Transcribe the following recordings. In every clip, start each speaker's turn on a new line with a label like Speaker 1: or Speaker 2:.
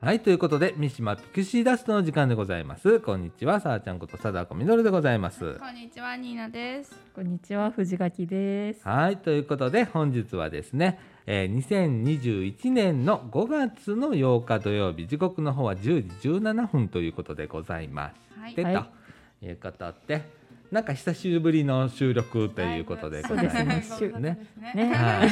Speaker 1: はい、ということで、三島ピクシーダストの時間でございます。こんにちは、さあちゃんこと貞子みのるでございます。
Speaker 2: こんにちは、ニーナです。
Speaker 3: こんにちは藤垣です。
Speaker 1: はい、ということで、本日はですね、えー2021年の5月の8日土曜日、時刻の方は10時17分ということでございます。
Speaker 2: はい。
Speaker 1: で、
Speaker 3: はい
Speaker 1: ということで、なんか久しぶりの収録ということで
Speaker 3: そうですね
Speaker 2: そうですね。
Speaker 3: ね
Speaker 1: はい、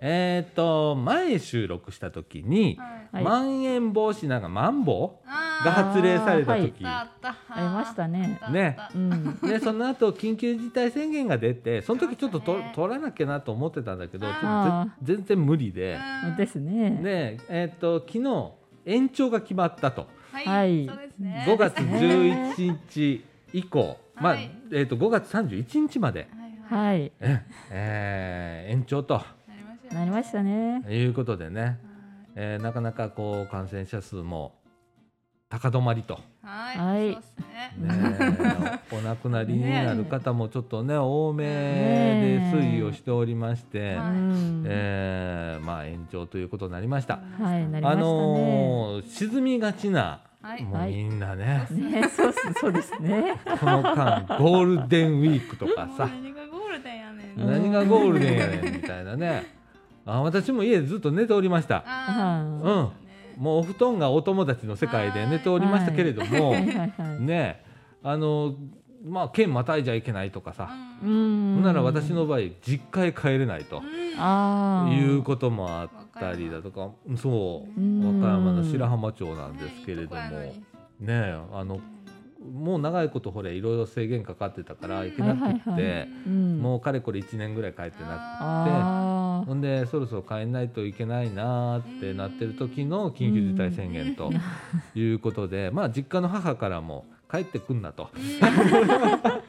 Speaker 1: えっ、と前収録した時に、
Speaker 2: はい
Speaker 3: はい
Speaker 1: まん延防止なんかマンボウが
Speaker 2: あ
Speaker 1: 発令された時
Speaker 2: ーあったあった。
Speaker 3: ありましたね。
Speaker 2: あった。
Speaker 1: ね
Speaker 2: あった
Speaker 3: うん。
Speaker 1: でその後緊急事態宣言が出 てその時ちょっとと、
Speaker 2: 出ましたね
Speaker 1: 取らなきゃなと思ってたんだけどちょっと
Speaker 3: あ
Speaker 1: ぜ全然無理で、
Speaker 2: うん
Speaker 3: ですね。
Speaker 1: でえっ、と昨日延長が決まったと
Speaker 2: は。
Speaker 3: はいい
Speaker 2: そうです ね。
Speaker 1: 5月
Speaker 2: はい
Speaker 1: 11日以降、まあ
Speaker 2: はい
Speaker 1: えー、と5月31日まで、
Speaker 2: はい。
Speaker 3: はい。
Speaker 1: えー延長と
Speaker 2: なりましたよね。
Speaker 3: なりましたね。
Speaker 1: いうことでね。
Speaker 2: は
Speaker 1: えーなかなかこう感染者数も高止まりと、
Speaker 2: い。は。
Speaker 3: はいい
Speaker 2: そうですね。
Speaker 1: ね え、お亡くなりになる方もちょっとね多めで
Speaker 3: ねえ
Speaker 1: 推移をしておりまして、
Speaker 3: う
Speaker 2: はい
Speaker 3: ん。
Speaker 1: えーまあ延長ということになりました。
Speaker 3: はいなりま
Speaker 1: あ
Speaker 3: したね
Speaker 1: のー沈みがちな、
Speaker 2: はい
Speaker 1: もう
Speaker 3: はい
Speaker 1: みんなね、
Speaker 3: ね、そうっすそうですね。
Speaker 1: この間ゴールデンウィークとか
Speaker 2: もう
Speaker 1: さ、
Speaker 2: 何がゴールデンやねん。
Speaker 3: うん
Speaker 1: 何がゴールデンやねんみたいなね。あ私も家でずっと寝ておりました。
Speaker 2: あ
Speaker 1: う
Speaker 3: は
Speaker 1: ん、
Speaker 2: ーね
Speaker 1: もうお布団がお友達の世界で寝ておりましたけれども、
Speaker 3: いはいはい。
Speaker 1: ねえあのまあ県またいじゃいけないとかさ、
Speaker 2: う
Speaker 3: う
Speaker 2: ん。
Speaker 3: ん。
Speaker 1: ほんなら私。の場合実家へ帰れないと
Speaker 2: うん
Speaker 3: ああ。
Speaker 1: いうこともあったりだとかそう
Speaker 3: うん
Speaker 1: 和歌山の白浜町なんですけれども
Speaker 2: ねいい
Speaker 1: ねえ
Speaker 2: とこ
Speaker 1: あのもう長いことほれいろいろ制限かかってたから
Speaker 2: うん
Speaker 1: 行けなくって、
Speaker 3: はいはいは
Speaker 2: やのに
Speaker 3: うん。
Speaker 1: もうかれこれ1年ぐらい帰ってな
Speaker 2: あ
Speaker 3: あ
Speaker 1: くほんでそろそろ帰んないといけないなーってなってる時の緊急事態宣言ということで、まあ実家の母からも帰ってくんなと。
Speaker 2: ーうん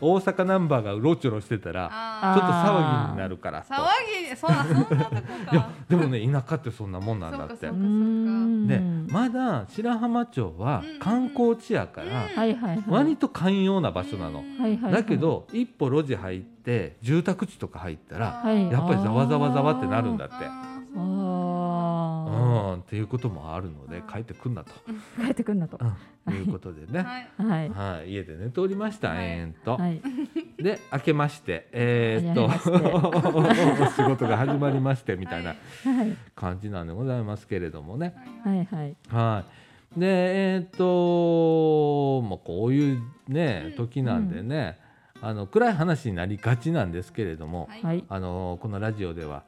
Speaker 1: 大阪ナンバーがうろちょろしてたらちょっと騒ぎ
Speaker 2: あー
Speaker 1: になるからと
Speaker 2: 騒ぎそんなそんなとこ
Speaker 1: いや
Speaker 2: か。
Speaker 1: でもね田舎ってそんなもんなんだっ
Speaker 2: そ
Speaker 1: て
Speaker 2: う
Speaker 3: あ。
Speaker 2: かそ
Speaker 3: う
Speaker 2: うか
Speaker 3: ん。
Speaker 1: でまだ白浜町は
Speaker 2: うん
Speaker 1: 観光地やから
Speaker 2: うん
Speaker 3: はいはいはい。
Speaker 1: 割と寛容な場所なの
Speaker 2: うん
Speaker 3: はいはい
Speaker 1: だけど一歩路地入って住宅地とか入ったら
Speaker 3: はい。
Speaker 1: やっぱりざわざわざわってなるんだって
Speaker 2: あー
Speaker 3: あ
Speaker 1: う
Speaker 2: そう
Speaker 3: ーあ
Speaker 1: んっていうこともあるので帰ってくんなと
Speaker 3: ー。帰ってくんだと。
Speaker 1: うんいうことで
Speaker 2: なんだ
Speaker 1: ね
Speaker 2: はい。
Speaker 3: はい。
Speaker 1: はい家で寝ておりました
Speaker 2: はい
Speaker 1: えーんと
Speaker 3: はい。
Speaker 1: で明けましてえーっ
Speaker 3: 明けま して
Speaker 1: と仕事が始まりましてみたいな
Speaker 2: は
Speaker 3: はい。
Speaker 1: 感じなんでございますけれどもね。
Speaker 2: はい。
Speaker 3: はいはい。
Speaker 1: はい、でえっ、と、まあ、こういう
Speaker 2: うん
Speaker 1: ね時なんでね、あの暗い話になりがちなんですけれども、
Speaker 2: はい
Speaker 3: はい。
Speaker 1: あのこのラジオでは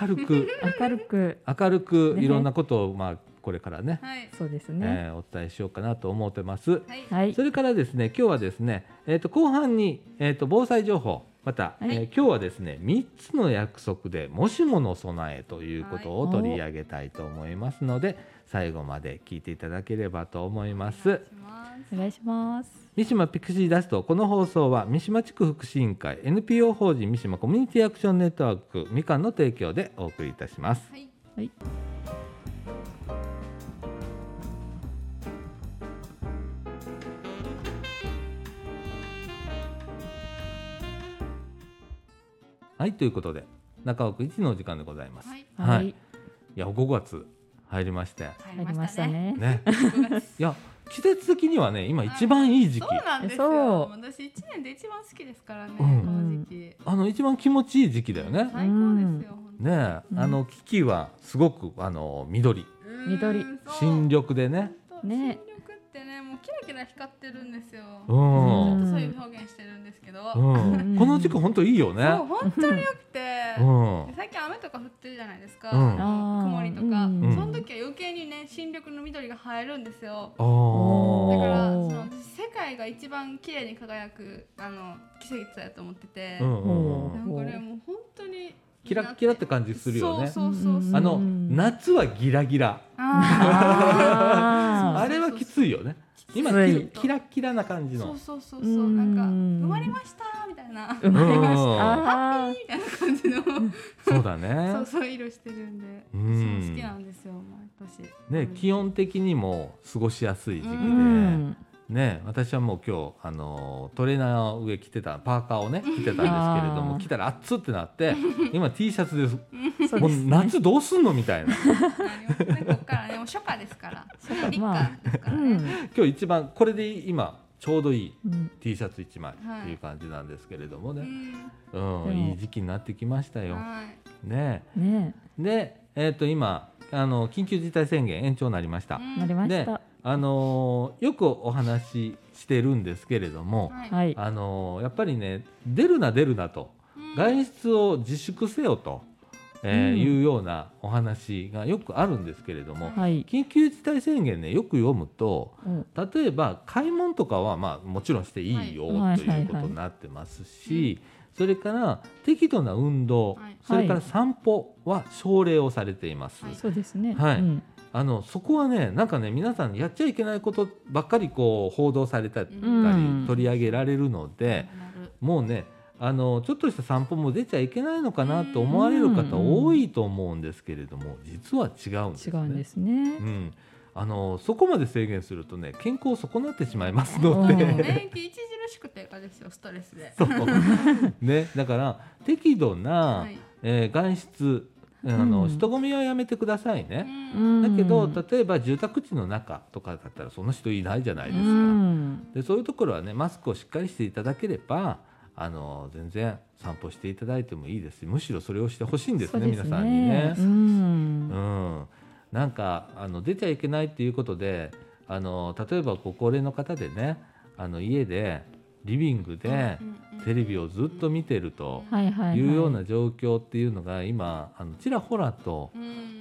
Speaker 1: 明る く
Speaker 3: 明るく。
Speaker 1: 明るく
Speaker 3: ね
Speaker 1: いろんなことを、まあ、これからね、
Speaker 2: はい。
Speaker 3: そうですね。
Speaker 1: えーお伝えしようかなと思ってます。
Speaker 2: はい。
Speaker 3: はい。
Speaker 1: それからですね今日はですね、えー、と後半に、えー、と防災情報また、
Speaker 3: はい
Speaker 1: えー今日はですね3つの約束でもしもの備えということを
Speaker 3: はい
Speaker 1: 取り上げたいと思いますので、最後まで聞いていただければと思います。
Speaker 2: します
Speaker 3: お願いします。
Speaker 1: 三島ピクシーダストこの放送は三島地区福祉委員会 NPO 法人三島コミュニティアクションネットワークみかんの提供でお送りいたします。
Speaker 2: はい。
Speaker 1: はいということで中尾区一のお時間でございます。、
Speaker 2: はいい。
Speaker 1: はい。や5月入りまして
Speaker 3: ありまし た。ね。
Speaker 1: ね
Speaker 2: 5月
Speaker 1: いや季節的にはね今一番いい時期
Speaker 2: そうなんです
Speaker 3: そ
Speaker 2: よ。
Speaker 3: う
Speaker 2: 私一年で一番好きですからね。こ
Speaker 1: うん
Speaker 2: の時期。
Speaker 1: あの一番気持ちいい時期だよね。
Speaker 2: 最高ですよ。本当に
Speaker 1: ねえ、
Speaker 3: うん
Speaker 1: あの木々はすごくあの緑
Speaker 2: うん
Speaker 3: 緑
Speaker 2: そう
Speaker 1: 新緑でね
Speaker 2: 本当
Speaker 3: ね
Speaker 2: 新緑ってね、もうキラキラ光ってるんですよ。
Speaker 1: うん、
Speaker 2: ちょっ
Speaker 1: うん
Speaker 2: とそういう表現してるんですけど。
Speaker 3: うん
Speaker 1: この時期本当いいよね
Speaker 2: そう本当に良くて。
Speaker 1: うん
Speaker 2: 最近雨とか降ってるじゃないですか、
Speaker 1: うん
Speaker 2: 曇りとか、
Speaker 3: あー
Speaker 1: うん
Speaker 2: その時は余計にね新緑の緑が映えるんですよ
Speaker 1: あー
Speaker 2: だからその
Speaker 3: おー
Speaker 2: 世界が一番綺麗に輝くあの季節だと思ってて、
Speaker 1: うんうんう
Speaker 2: なんんかねもう本当にいいな
Speaker 1: キラッキラって感じするよね
Speaker 2: そうそうそうそう
Speaker 1: あの
Speaker 3: うん
Speaker 1: 夏はギラギラ
Speaker 2: あ
Speaker 3: あ
Speaker 1: あれはきついよね
Speaker 2: ー
Speaker 1: 今
Speaker 3: きつい
Speaker 1: キラキラキラな感じ
Speaker 2: そ
Speaker 1: の
Speaker 2: うそうそうそううんなんか生まれましたみた いな
Speaker 3: ー生まれまし
Speaker 1: うん
Speaker 3: た。あー
Speaker 2: みたいな感じの
Speaker 1: そうだね
Speaker 2: そうそう色してるんで
Speaker 1: うん
Speaker 2: そう好きなんですよ毎年
Speaker 1: ね気温的にも過ごしやすい時期で
Speaker 3: うん。
Speaker 1: ね、私はもう今日あのトレーナー上着てたパーカーをね着てたんですけれど
Speaker 3: あ
Speaker 1: も
Speaker 3: ー
Speaker 1: 着たら熱ってな って今 T シャツです
Speaker 3: そう
Speaker 1: も
Speaker 3: で
Speaker 1: う
Speaker 3: すね
Speaker 1: 夏どうすんのみたいな
Speaker 2: なりますねここからねもう初夏ですから初夏立夏ですか
Speaker 3: う
Speaker 2: らね、
Speaker 3: ん
Speaker 1: 今日一番これで今ちょうどいい
Speaker 3: うん
Speaker 1: T シャツ1枚っていう感じなんですけれども
Speaker 2: う
Speaker 1: ね、
Speaker 2: ん
Speaker 1: うん
Speaker 3: でも
Speaker 1: いい時期になってきましたよ。
Speaker 2: はい
Speaker 1: ね
Speaker 3: ね
Speaker 1: で、えー、と今あの緊急事態宣言延長になりました。
Speaker 3: えなりました
Speaker 1: あのーよくお話ししてるんですけれども、
Speaker 2: はい
Speaker 3: はい
Speaker 1: あのーやっぱりね出るな出るなと
Speaker 2: うん
Speaker 1: 外出を自粛せよと、えー
Speaker 3: うん
Speaker 1: いうようなお話がよくあるんですけれども、
Speaker 3: はい
Speaker 1: 緊急事態宣言ねよく読むと
Speaker 3: うん
Speaker 1: 例えば買い物とかは、まあ、もちろんしていいよ、
Speaker 3: はい
Speaker 1: ということになってますし、それから適度な運動、
Speaker 2: はい
Speaker 1: それから散歩は奨励をされています。
Speaker 2: はい
Speaker 3: そうですね
Speaker 1: はい
Speaker 3: うん
Speaker 1: あのそこはねなんかね皆さんやっちゃいけないことばっかりこう報道されたり、
Speaker 2: うん
Speaker 1: 取り上げられるので、
Speaker 2: なる
Speaker 1: もうねあのちょっとした散歩も出ちゃいけないのかなと思われる方多いと思うんですけれども、実は違うんです、
Speaker 3: 違
Speaker 1: ね、
Speaker 3: うんですね
Speaker 1: うん、あのそこまで制限するとね健康を損なってしまいますの
Speaker 3: う
Speaker 1: で、
Speaker 3: ん
Speaker 2: 免疫著しく低下ですよストレスで
Speaker 1: そうねだから適度な、
Speaker 2: はい
Speaker 1: えー外出あの、
Speaker 3: うん
Speaker 1: 人混みはやめてくださいね。
Speaker 2: うん
Speaker 1: だけど
Speaker 3: うん
Speaker 1: 例えば住宅地の中とかだったらその人いないじゃないです
Speaker 3: う
Speaker 1: か。
Speaker 3: ん
Speaker 1: でそういうところはねマスクをしっかりしていただければあの全然散歩していただいてもいいですしむしろそれをしてほしいんです
Speaker 3: そう
Speaker 1: ね
Speaker 3: です
Speaker 1: 皆さんにね
Speaker 3: ね。う
Speaker 1: うんん、なんかあの出ちゃいけないっていうことであの例えばご高齢の方でねあの家でリビングでテレビをずっと見てると
Speaker 3: はいはいはい
Speaker 1: いうような状況っていうのが今あのちらほらと
Speaker 2: うん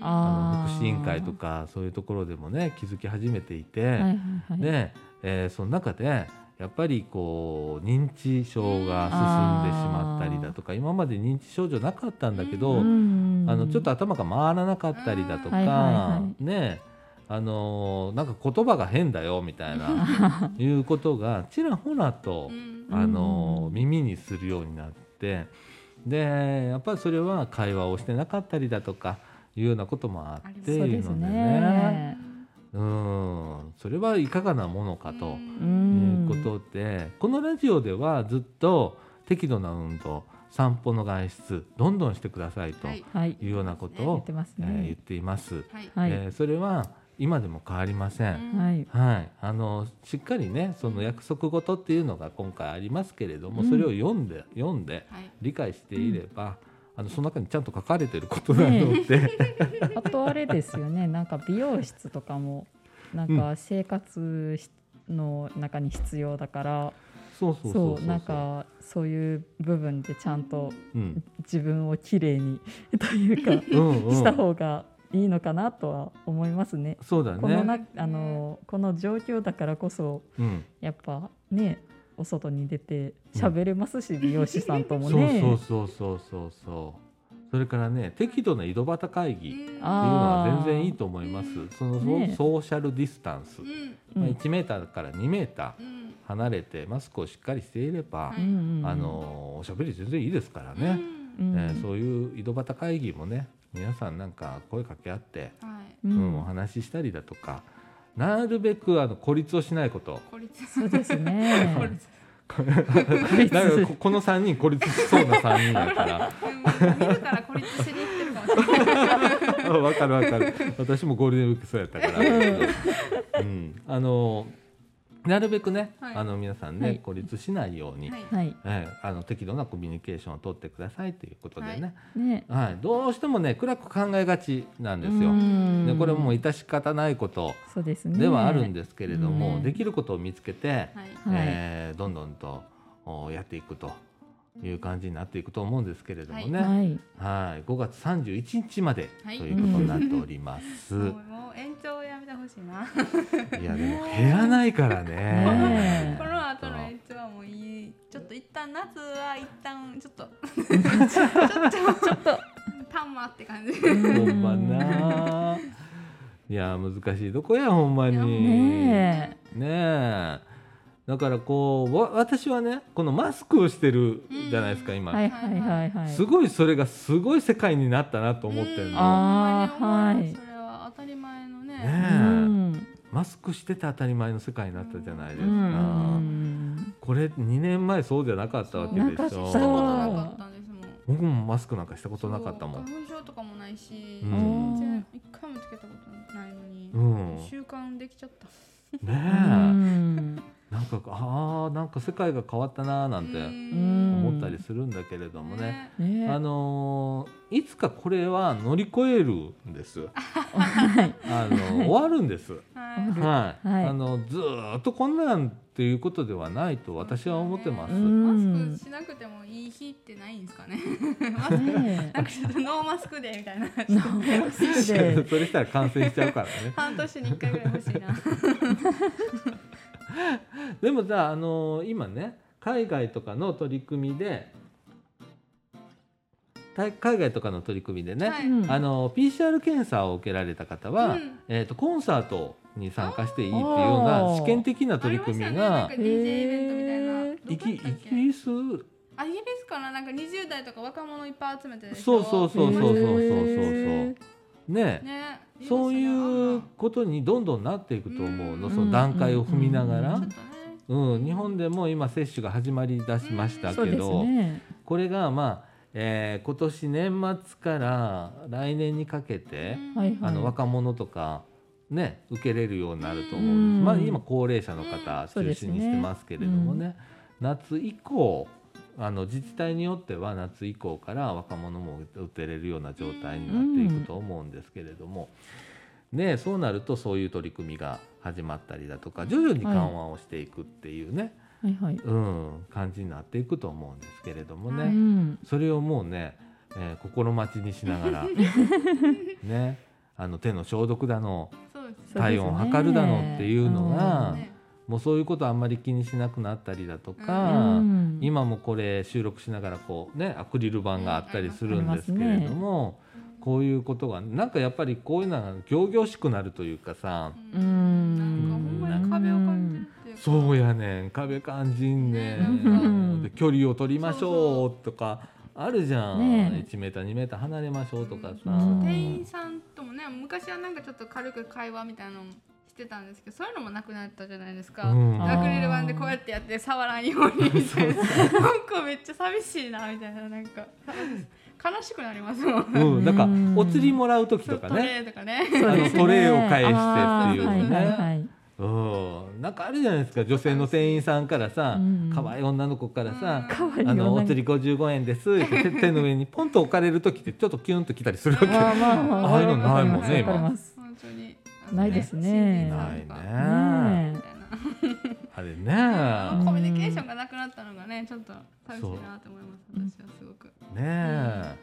Speaker 1: あ
Speaker 3: あ
Speaker 1: の
Speaker 3: ー
Speaker 1: 福祉委員会とかそういうところでもね気づき始めていて。
Speaker 3: はいはいはい
Speaker 1: で、えーその中でやっぱりこう認知症が進んでしまったりだとか今まで認知症状なかったんだけど、
Speaker 3: うん
Speaker 1: あのちょっと頭が回らなかったりだとか、
Speaker 3: はいはいは
Speaker 1: ねあのーなんか言葉が変だよみたい ないうことがちらほらと
Speaker 2: う、ん
Speaker 1: あのー
Speaker 3: うん
Speaker 1: 耳にするようになってでやっぱりそれは会話をしてなかったりだとかいうようなこともあって
Speaker 3: そう
Speaker 1: い
Speaker 3: で
Speaker 1: う
Speaker 3: す
Speaker 1: のでね
Speaker 3: ね
Speaker 1: うんそれはいかがなものかと
Speaker 3: う
Speaker 1: いう
Speaker 3: ん
Speaker 1: ことで、このラジオではずっと適度な運動散歩の外出どんどんしてくださいと
Speaker 2: はいいう
Speaker 3: はい、
Speaker 1: うようなこと
Speaker 3: 言っ
Speaker 1: を、
Speaker 3: てます
Speaker 1: えー言っ
Speaker 3: ね。
Speaker 1: ています、
Speaker 2: はい
Speaker 3: はい、
Speaker 1: えーそれは今でも変わりません、
Speaker 2: うん
Speaker 3: はい、
Speaker 1: はい、あのしっかりねその約束事っていうのが今回ありますけれども、それを読んで読んで
Speaker 2: はい
Speaker 1: 理解していれば、あのその中にちゃんと書かれてることなので、
Speaker 3: あとあれですよね、 なんか美容室とかも、なんか生活しの中に必要だから、
Speaker 1: そうそうそう
Speaker 3: そう、なんかそういう部分でちゃんと
Speaker 1: うん
Speaker 3: 自分をきれいに というか、
Speaker 1: うんうん
Speaker 3: した方がいいのかなとは思いますね。
Speaker 1: そうだ
Speaker 3: この
Speaker 1: ね、
Speaker 3: な、あのこの状況だからこそ、
Speaker 1: うん、
Speaker 3: やっぱね、お外に出て喋れますし、美容師さんとも
Speaker 1: そう
Speaker 3: ね。
Speaker 1: そうそうそうそうそうそれからね適度な井戸端会議っていう
Speaker 2: うん
Speaker 1: の
Speaker 3: あ
Speaker 1: は全然いいと思いますその、
Speaker 3: ね
Speaker 1: ソーシャルディスタンス、
Speaker 2: うん
Speaker 1: まあ、
Speaker 3: うん
Speaker 1: 1メーターから2メーター
Speaker 2: うん
Speaker 1: 離れてマスクをしっかりしていれば、
Speaker 2: はい
Speaker 1: あ、のおしゃべり全然いいですから
Speaker 2: う
Speaker 1: ね、
Speaker 2: ん
Speaker 3: うんうん
Speaker 1: えーそういう井戸端会議もね皆さんなんか声かけ合って、
Speaker 2: はい
Speaker 3: うん
Speaker 1: うんお話ししたりだとかなるべくあの孤立をしない こと
Speaker 2: 孤立
Speaker 3: そうです ね。
Speaker 2: 孤立
Speaker 1: だからここの3人孤立しそうな3人だから。
Speaker 2: うん見るから孤立しに行ってるかもしれない
Speaker 1: あ わかるわかる私もゴールデンウィークそうやったから、うん、あのなるべくね、
Speaker 2: はい
Speaker 1: あの皆さんね、
Speaker 3: はい
Speaker 1: 孤立しないように、
Speaker 2: はい
Speaker 3: はい。
Speaker 1: ええあの適度なコミュニケーションをとってくださいということでね、
Speaker 3: ね。
Speaker 1: はいどうしてもね暗く考えがちなんですよ。
Speaker 3: うん
Speaker 1: でこれも致し方ないこと
Speaker 3: そうですね。
Speaker 1: ではあるんですけれども、
Speaker 3: ね
Speaker 1: できることを見つけて、
Speaker 2: はい
Speaker 3: はい
Speaker 1: えーどんどんとおやっていくという感じになっていくと思うんですけれどもね。
Speaker 3: はい。
Speaker 1: はい、5月31日までと
Speaker 2: はい
Speaker 1: いうことになっております。
Speaker 2: もうもう延長をやめてほしい な
Speaker 1: いやでも減らないからね
Speaker 3: ね。
Speaker 2: この後の延長はもういいちょっと一旦夏は一旦ちょっと
Speaker 3: ちょっと。
Speaker 2: タンマって感じ
Speaker 1: ほんまな。いや難しいとこやほんまに。ね
Speaker 3: ね
Speaker 1: え。だからこうわ私はねこのマスクをしてるじゃないですか
Speaker 3: え。
Speaker 1: 今、
Speaker 3: はいはいはいはい。
Speaker 1: すごいそれがすごい世界になったなと思ってる
Speaker 2: うん
Speaker 1: の。
Speaker 3: あー
Speaker 2: ほんまに思う
Speaker 3: はい
Speaker 2: それは当たり前のね
Speaker 1: ね
Speaker 3: うん。
Speaker 1: あマスクしてて当たり前の世界になったじゃないですか、
Speaker 3: うんうん
Speaker 1: これ2年前そうじゃなかったわけでし
Speaker 3: そ
Speaker 1: ょ
Speaker 3: う
Speaker 2: したことなかったんですもん
Speaker 1: 僕もマスクなんかしたことなかったもん
Speaker 2: そう花粉症とかもないし、
Speaker 1: うん
Speaker 2: 全
Speaker 3: うん
Speaker 2: 然一回もつけたことないのに、
Speaker 1: うんね
Speaker 2: 習慣できちゃった
Speaker 1: え、
Speaker 3: うん
Speaker 1: なんかあーなんか世界が変わったなーなん
Speaker 2: う
Speaker 1: て
Speaker 2: ん
Speaker 1: 思ったりするんだけれどもね、
Speaker 2: ね
Speaker 3: ね
Speaker 1: あのーいつかこれは乗り越えるんです
Speaker 3: はい
Speaker 1: あの ー終わるんです
Speaker 2: はい
Speaker 3: うん
Speaker 1: はい、
Speaker 3: はい
Speaker 1: あのずーっとこんなんっていうことではないと私は思ってます、
Speaker 3: うん
Speaker 2: マスクしなくてもいい日ってないんですかねマスク
Speaker 3: ね
Speaker 2: なんかちょっとノーマスクでみたいな
Speaker 3: えノーマスクで
Speaker 1: それしたら感染しちゃうからね
Speaker 2: 半年に一回ぐらい欲しいな
Speaker 1: でもさあのー今ね海外とかの取り組みでた海外とかの取り組みでね、
Speaker 2: はい
Speaker 3: うん
Speaker 1: あの PCR 検査を受けられた方は、
Speaker 2: うん
Speaker 1: えー、とコンサートに参加していいっていうような
Speaker 3: あー
Speaker 1: 試験的な
Speaker 2: あ
Speaker 1: 取
Speaker 2: り
Speaker 1: り
Speaker 2: まし
Speaker 1: 組
Speaker 2: た
Speaker 1: み
Speaker 2: ねな
Speaker 1: が
Speaker 2: んか DJ イベントみたいな、
Speaker 3: へ
Speaker 1: イ
Speaker 2: ど
Speaker 1: ギ
Speaker 2: こだった
Speaker 1: イ
Speaker 2: っけ
Speaker 1: ギリス
Speaker 2: あイギリスからなんか20代とか若者いっぱい集めてでし
Speaker 1: そ
Speaker 2: ょ
Speaker 1: うそうそうそうそうそうそう
Speaker 3: へー
Speaker 1: ね
Speaker 2: ね
Speaker 1: そういうことにどんどんなっていくと思うの、その段階を踏みながら、う
Speaker 3: う
Speaker 1: んん
Speaker 3: うん
Speaker 1: 日本でも今接種が始まりだしました
Speaker 3: そう
Speaker 1: け
Speaker 3: です
Speaker 1: ど、
Speaker 3: ね
Speaker 1: これがまあ、えー今年年末から来年にかけて、
Speaker 3: はいはい
Speaker 1: あの若者とかね受けれるようになると思うんです、
Speaker 3: うん
Speaker 1: まあ今高齢者の方
Speaker 3: そう
Speaker 1: 中
Speaker 3: です
Speaker 1: 心
Speaker 3: ね
Speaker 1: にしてますけれどもね、夏以降あの自治体によっては夏以降から若者も打てれるような状態になっていくと思うんですけれども、ねそうなるとそういう取り組みが始まったりだとか徐々に緩和をしていくっていうね、
Speaker 3: はいはい
Speaker 1: うん、感じになっていくと思うんですけれどもね、
Speaker 2: は
Speaker 3: う
Speaker 2: い
Speaker 3: ん
Speaker 1: それをもうね、えー心待ちにしなが らねあの手の消毒だの
Speaker 2: そうです
Speaker 1: 体温を測るだのっていうのが
Speaker 3: そう
Speaker 2: ね
Speaker 1: もうそういうことあんまり気にしなくなったりだと
Speaker 3: う
Speaker 1: か、
Speaker 3: ん
Speaker 1: 今もこれ収録しながらこうねアクリル板があったりするんですけれども、こういうことがなんかやっぱりこういうのが仰々しくなるというかさ、
Speaker 3: うん
Speaker 2: なんかほんまに壁を感じるっていうか
Speaker 1: そうやねん壁感じんね
Speaker 3: うん
Speaker 1: んで距離を取りましょうとかあるじゃん、
Speaker 3: ね
Speaker 1: 1メーター2メーター離れましょうとかさ。
Speaker 3: うん
Speaker 2: 店員さんともね昔はなんかちょっと軽く会話みたいなのもしてたんですけどそういうのもなくなったじゃないですか、
Speaker 1: うん
Speaker 2: アクリル板でこうやってやって触らんようにみたいななんかめっちゃ寂しいなみたいななんか悲しくなりますもん、
Speaker 1: うん、なんか
Speaker 3: うん
Speaker 1: お釣りもらう時
Speaker 2: そう
Speaker 1: とか
Speaker 2: ト
Speaker 1: ね、
Speaker 2: レーとかね
Speaker 3: そうですね
Speaker 1: あのトレイを返してっていう
Speaker 2: ね
Speaker 3: あーはいはいはい
Speaker 1: うん、なんかあるじゃないですか女性の店員さんからさ
Speaker 3: うん
Speaker 1: 可愛、い女の子からさ
Speaker 3: かわ
Speaker 1: 「
Speaker 3: いい
Speaker 1: あのお釣
Speaker 3: り
Speaker 1: り55円です」 って手手の上にポンと置かれる時ってちょっとキュンときたりするわけ、
Speaker 2: うん
Speaker 3: まあまあまあ
Speaker 1: ああいうのないもんね
Speaker 3: わかります
Speaker 2: 本当に
Speaker 3: ないですね
Speaker 1: ない
Speaker 2: みたい
Speaker 1: ね
Speaker 3: ね
Speaker 2: な
Speaker 1: あれ
Speaker 2: あの
Speaker 1: ね
Speaker 2: コミュニケーションがなくなったのがねちょっと寂しいなと思います私はすごく、
Speaker 1: ねえ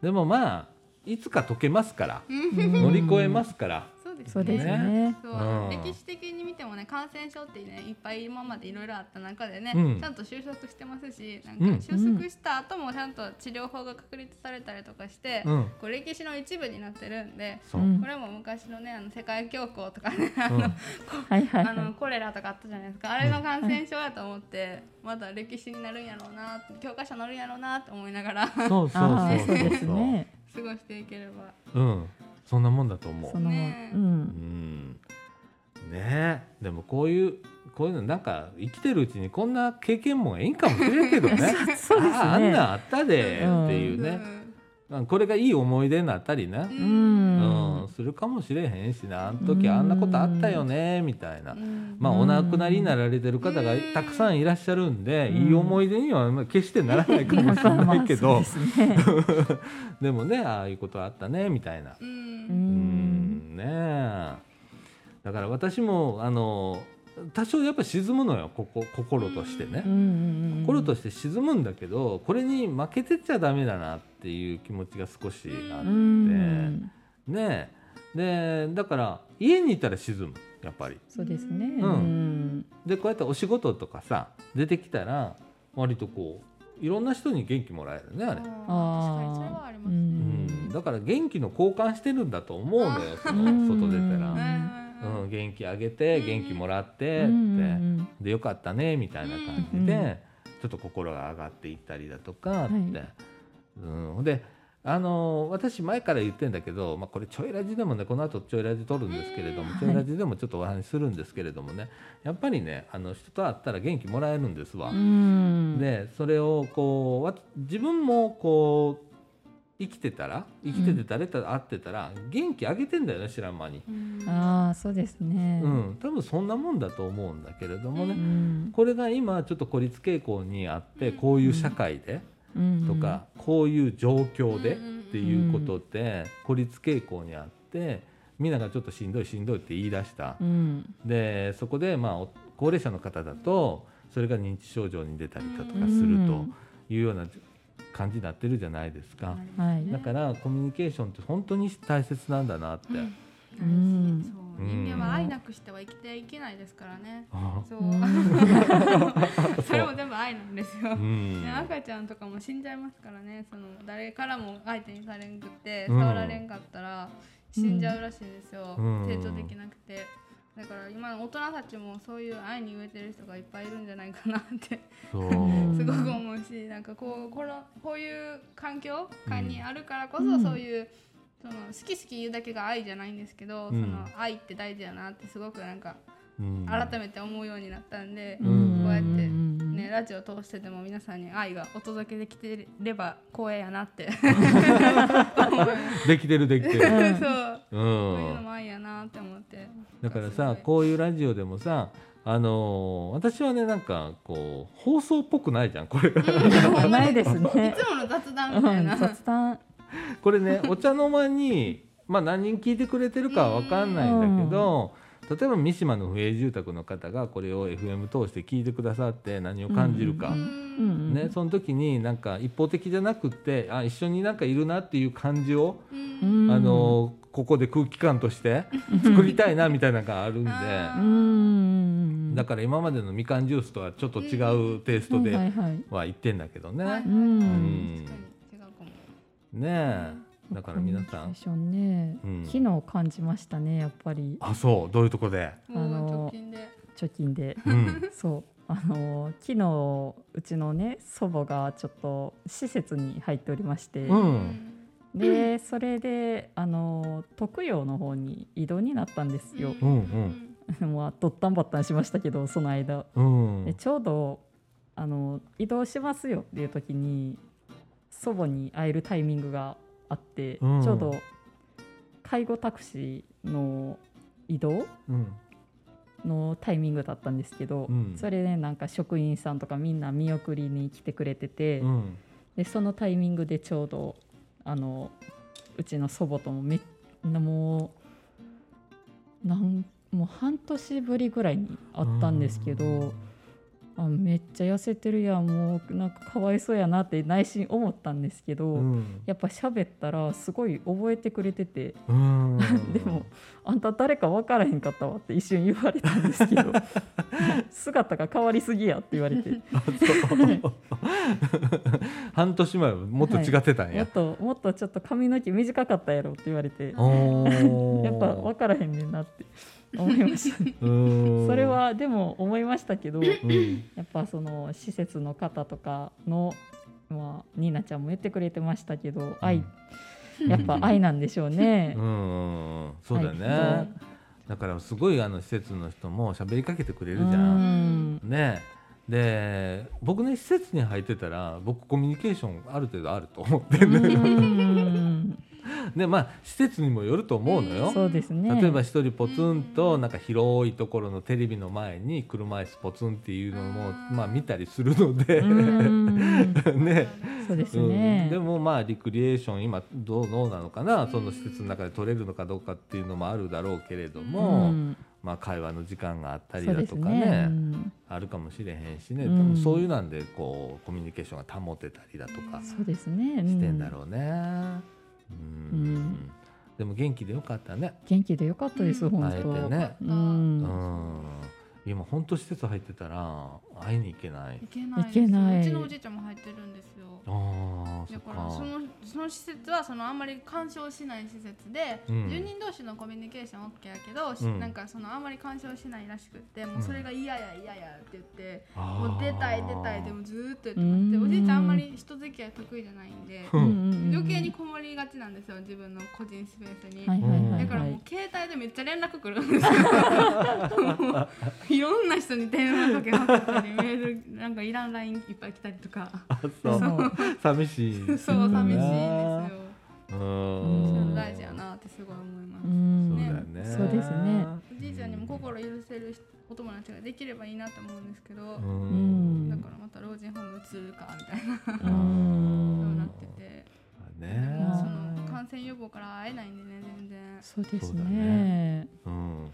Speaker 1: でもまあいつか解けますから
Speaker 2: うん
Speaker 3: え
Speaker 1: 乗り越えますから、
Speaker 2: そうですね
Speaker 3: そうですね
Speaker 2: そう
Speaker 1: うん
Speaker 2: 歴史的に見てもね感染症ってねいっぱい今までいろいろあった中でね、
Speaker 1: うん
Speaker 2: ちゃんと収束してますしなん
Speaker 1: うん
Speaker 2: か収束した後もちゃんと治療法が確立されたりとかして、
Speaker 1: うん
Speaker 2: こう歴史の一部になってるんで
Speaker 1: そう、
Speaker 3: うん
Speaker 2: これも昔のねあの世界恐慌とかね、あ
Speaker 1: うん
Speaker 2: のこ
Speaker 3: はいはいは
Speaker 2: あ
Speaker 3: い
Speaker 2: のコレラとかあったじゃないですかあれの感染症やと思って、まだ歴史になるんやろうなって教科書になるんやろうなって思いながら過
Speaker 1: そうそう
Speaker 3: あ
Speaker 1: そう
Speaker 3: ーそうですね
Speaker 2: ごしていければ。
Speaker 1: うんそんなもんだと思う
Speaker 3: その
Speaker 2: ね
Speaker 3: う
Speaker 1: うんんねえでもこういうこういうのなんか生きてるうちにこんな経験もええんかもしれんけどね
Speaker 3: そうですね
Speaker 1: ああんなんあったでっていう
Speaker 2: う
Speaker 1: ね、
Speaker 2: ん
Speaker 1: まあこれがいい思い出になったりね、
Speaker 3: う
Speaker 1: うん
Speaker 3: ん
Speaker 1: するかもしれへんしなあの時あんなことあったよねみたいな、
Speaker 2: うん
Speaker 1: まあお亡くなりになられてる方が
Speaker 2: うん
Speaker 1: たくさんいらっしゃるんで、
Speaker 3: うん
Speaker 1: いい思い出にはまあ決してならないかもしれ
Speaker 3: まあま
Speaker 1: な
Speaker 3: あ
Speaker 1: いけど、
Speaker 3: そうですね
Speaker 1: でもねああいうことあったねみたいな
Speaker 2: う
Speaker 3: うんん
Speaker 1: ねえだから私もあの多少やっぱ沈むのよここ心としてね
Speaker 3: うんう、んうん
Speaker 1: 心として沈むんだけどこれに負けてっちゃダメだなっていう気持ちが少しあっ
Speaker 3: う
Speaker 1: て、
Speaker 3: ん
Speaker 1: ねえでだから家にいたら沈むやっぱり
Speaker 3: そうですね
Speaker 1: うん
Speaker 3: うん
Speaker 1: でこうやってお仕事とかさ出てきたら割とこういろんな人に元気もらえるねあれ、
Speaker 2: あー確かにそれはあります
Speaker 1: う
Speaker 2: ね。
Speaker 3: うん
Speaker 1: ん、だから元気の交換してるんだと思うのよその
Speaker 3: うん
Speaker 1: 外出たら。
Speaker 2: うん
Speaker 1: うん、元気あげて
Speaker 2: うん
Speaker 1: 元気もらっ
Speaker 3: う
Speaker 1: てって、
Speaker 3: ん
Speaker 1: でよかったねみたいな感じで、
Speaker 3: うん
Speaker 1: ちょっと心が上がっていったりだとかって、
Speaker 3: は
Speaker 1: う
Speaker 3: い
Speaker 1: ん、ほんであの私前から言ってんだけど、まあ、これちょいラジでもねこの後ちょいラジ撮るんですけれども
Speaker 3: うん
Speaker 1: ちょいラジでもちょっとお話しするんですけれどもねやっぱりねあの人と会ったら元気もらえるんですわ。
Speaker 3: ん
Speaker 1: でそれをこうわ自分もこう生きてたら生きてて誰と会ってたら元気あげてんだよね知らん間に、
Speaker 3: ああそうですね。
Speaker 1: うん、多分そんなもんだと思うんだけれども
Speaker 3: う
Speaker 1: ね、
Speaker 3: ん
Speaker 1: これが今ちょっと孤立傾向にあって
Speaker 2: うん
Speaker 1: こういう社会で
Speaker 3: うん
Speaker 1: とか、こういう状況でっ
Speaker 2: って
Speaker 1: いうことで孤立傾向にあってみんながちょっとしんどいしんどいって言い出した
Speaker 3: う。ん
Speaker 1: でそこでまあお高齢者の方だとそれが認知症状に出たりだと
Speaker 3: う
Speaker 1: か
Speaker 3: ん
Speaker 1: すると。いうような感じになってるじゃないですか。
Speaker 3: はい
Speaker 1: だからコミュニケーションって本当に大切なんだなって。
Speaker 3: うん
Speaker 2: そ
Speaker 1: う
Speaker 2: う
Speaker 1: ん
Speaker 2: 人間は愛なくしては生きていけないですからね。
Speaker 1: あ
Speaker 2: そう
Speaker 3: う
Speaker 2: それも全部愛なんですよ。
Speaker 1: うん
Speaker 2: ね、赤ちゃんとかも死んじゃいますからねその誰からも相手にされんくて
Speaker 1: うん
Speaker 2: 触られんかったら死んじゃうらしいんですよ、
Speaker 1: うん
Speaker 2: 成長できなくてだから今の大人たちもそういう愛に飢えてる人がいっぱいいるんじゃないかなって
Speaker 1: そう。
Speaker 3: うん
Speaker 2: すごく思うしなんかこうこのこういう環境下にあるからこそ、
Speaker 3: うん
Speaker 2: そういうその好き好き言うだけが愛じゃないんですけ
Speaker 1: う
Speaker 2: ど、
Speaker 1: ん
Speaker 2: その愛って大事だなってすごくなんか
Speaker 1: うん
Speaker 2: 改めて思うようになったんで。
Speaker 1: うん
Speaker 2: こうやって
Speaker 3: ん
Speaker 2: ね、ラジオ通してでも皆さんに愛がお届けできてれば光栄やなって
Speaker 1: できてるできて
Speaker 2: そう
Speaker 1: る。う
Speaker 2: こういうの
Speaker 1: ん。
Speaker 2: も愛やなって思って
Speaker 1: だからさ
Speaker 2: すごい
Speaker 1: こういうラジオでもさ。あのー私はねなんかこう放送っぽくないじゃんこれ が
Speaker 2: うん
Speaker 3: ないです
Speaker 2: い
Speaker 3: ね。
Speaker 2: つもの雑談
Speaker 3: う
Speaker 2: みたい
Speaker 3: ん
Speaker 2: な、
Speaker 3: 雑談
Speaker 1: これねお茶の間にまあ何人聞いてくれてるかは分かんないんだけど、例えば三島の不営住宅の方がこれを FM 通して聞いてくださって何を感じるか、
Speaker 2: う
Speaker 3: うんん
Speaker 1: ね、その時になんか一方的じゃなくってあ一緒になんかいるなっていう感じを、
Speaker 2: うん
Speaker 1: あのここで空気感として作りたいなみたいなのがあるんで。
Speaker 2: あ
Speaker 3: うん
Speaker 1: だから今までのみかんジュースとはちょっと違うテイスト
Speaker 3: は
Speaker 1: で
Speaker 3: いはい
Speaker 1: は言ってんだけどね。
Speaker 2: はいはい
Speaker 3: うん
Speaker 2: 確かに違うかも
Speaker 1: ねえだから皆さ
Speaker 3: コ
Speaker 1: ん
Speaker 3: ミュニケーションね、
Speaker 1: うん
Speaker 3: 機能を感じましたねやっぱり
Speaker 1: あそうどういうとこで、
Speaker 2: もう
Speaker 3: あの
Speaker 2: 直近で
Speaker 3: 貯金で
Speaker 1: うん、
Speaker 3: そうあの昨日うちのね祖母がちょっと施設に入っておりまして、
Speaker 1: う
Speaker 2: うん
Speaker 3: でそれであの徳陽の方に移動になったんですよ、
Speaker 1: うん
Speaker 3: まあどったんばったんしましたけどその間
Speaker 1: うん
Speaker 3: でちょうどあの移動しますよっていう時に祖母に会えるタイミングがあって、
Speaker 1: うん
Speaker 3: ちょうど介護タクシーの移動
Speaker 1: うん
Speaker 3: のタイミングだったんですけど、
Speaker 1: うん
Speaker 3: それでなんか職員さんとかみんな見送りに来てくれてて、
Speaker 1: うん
Speaker 3: でそのタイミングでちょうどあのうちの祖母ともめもうなんもう半年ぶりぐらいに会ったんですけど。あめっちゃ痩せてるやんもうなんかかわいそうやなって内心思ったんですけど、
Speaker 1: うん
Speaker 3: やっぱ喋ったらすごい覚えてくれてて
Speaker 1: うん
Speaker 3: でも「あんた誰か分からへんかったわ」って一瞬言われたんですけ ど姿が変わりすぎやって言われても
Speaker 1: あそう 半年前はもっと違ってたんや、
Speaker 3: っともっとちょっと髪の毛短かったやろって言われて
Speaker 1: おー
Speaker 3: やっぱ分からへんねんなって思いま したね
Speaker 1: うん
Speaker 3: それはでも思いましたけど
Speaker 1: うん
Speaker 3: やっぱその施設の方とかの、まあ、ニーナちゃんも言ってくれてましたけど愛、やっぱ愛なんでしょうね
Speaker 1: う。んそうだね、
Speaker 3: はい
Speaker 1: だからすごいあの施設の人も喋りかけてくれ
Speaker 3: う
Speaker 1: るじゃん、
Speaker 3: ん
Speaker 1: ねで僕ね施設に入ってたら僕コミュニケーションある程度あると思ってんだけど、
Speaker 3: うん
Speaker 1: でまあ施設にもよると思うのよ、
Speaker 3: そうですね。
Speaker 1: 例えば一人ポツンとなんか広いところのテレビの前に車椅子ポツンっていうのもまあ見たりするので、
Speaker 3: うん
Speaker 1: ね、
Speaker 3: そうです
Speaker 1: うん
Speaker 3: ね。
Speaker 1: でもまあリクリエーション今どうどうなのかなその施設の中で取れるのかどうかっていうのもあるだろうけれども、
Speaker 3: うん
Speaker 1: まあ、会話の時間があったり
Speaker 3: そう
Speaker 1: だ
Speaker 3: です
Speaker 1: とか
Speaker 3: ね
Speaker 1: ね。
Speaker 3: うん
Speaker 1: あるかもしれへんしね、
Speaker 3: う
Speaker 1: 多
Speaker 3: ん
Speaker 1: 分そういうなんでこうコミュニケーションが保てたりだとかし
Speaker 3: そうですね。う
Speaker 1: てんだろうね。うん
Speaker 3: うん
Speaker 1: でも元気でよかったね。
Speaker 3: 元気でよかったで
Speaker 2: う
Speaker 3: す
Speaker 2: ん
Speaker 3: 本
Speaker 1: 会え
Speaker 3: 当。
Speaker 1: てね。
Speaker 3: う。
Speaker 1: うんん。今本当施設入ってたら会いに行けない
Speaker 2: い。けないです
Speaker 3: いけないう
Speaker 2: ちのおじいちゃんも入ってるんですよ
Speaker 1: ああそ
Speaker 2: だ
Speaker 1: っ
Speaker 2: からそ
Speaker 1: か
Speaker 2: のその施設はそのあんまり干渉しない施設で、
Speaker 1: うん
Speaker 2: 住人同士のコミュニケーション OK やけど、し
Speaker 1: うん
Speaker 2: なんかそのあんまり干渉しないらしくってもうそれが嫌や嫌やって言って、
Speaker 1: あー
Speaker 2: もう出たい出たいでもずーっと言ってますで
Speaker 3: うん
Speaker 2: おじいちゃんあんまり人付き合い得意じゃないんで
Speaker 1: うん
Speaker 2: 余計にこもりがちなんですよ自分の個人スペースに。
Speaker 3: はいはいは
Speaker 2: だ
Speaker 3: い
Speaker 2: から
Speaker 3: は
Speaker 2: もう
Speaker 3: い
Speaker 2: 携帯でめっちゃ連絡来るんですよもういろんな人に電話かけまくったりメールなんかいらん LINE いっぱい来たりとか
Speaker 1: あそう寂しい
Speaker 2: そう
Speaker 1: です
Speaker 2: 寂しいんです
Speaker 1: ね
Speaker 2: よ
Speaker 1: う
Speaker 2: そ
Speaker 1: ん
Speaker 2: う大事やなってすごい思います、
Speaker 3: う
Speaker 1: そうんだよね
Speaker 3: そうですね
Speaker 2: おじいちゃんにも心許せるお友達ができればいいなと思うんですけ
Speaker 1: う
Speaker 2: ど、
Speaker 3: うん
Speaker 1: ん
Speaker 2: だからまた老人ホーム移るかみたいな
Speaker 1: う
Speaker 3: うん
Speaker 2: そう
Speaker 1: う
Speaker 2: なってて、
Speaker 1: ね
Speaker 2: その感染予防から会えないんでね全然
Speaker 3: そうです
Speaker 1: そうだ
Speaker 3: ね
Speaker 1: ねうん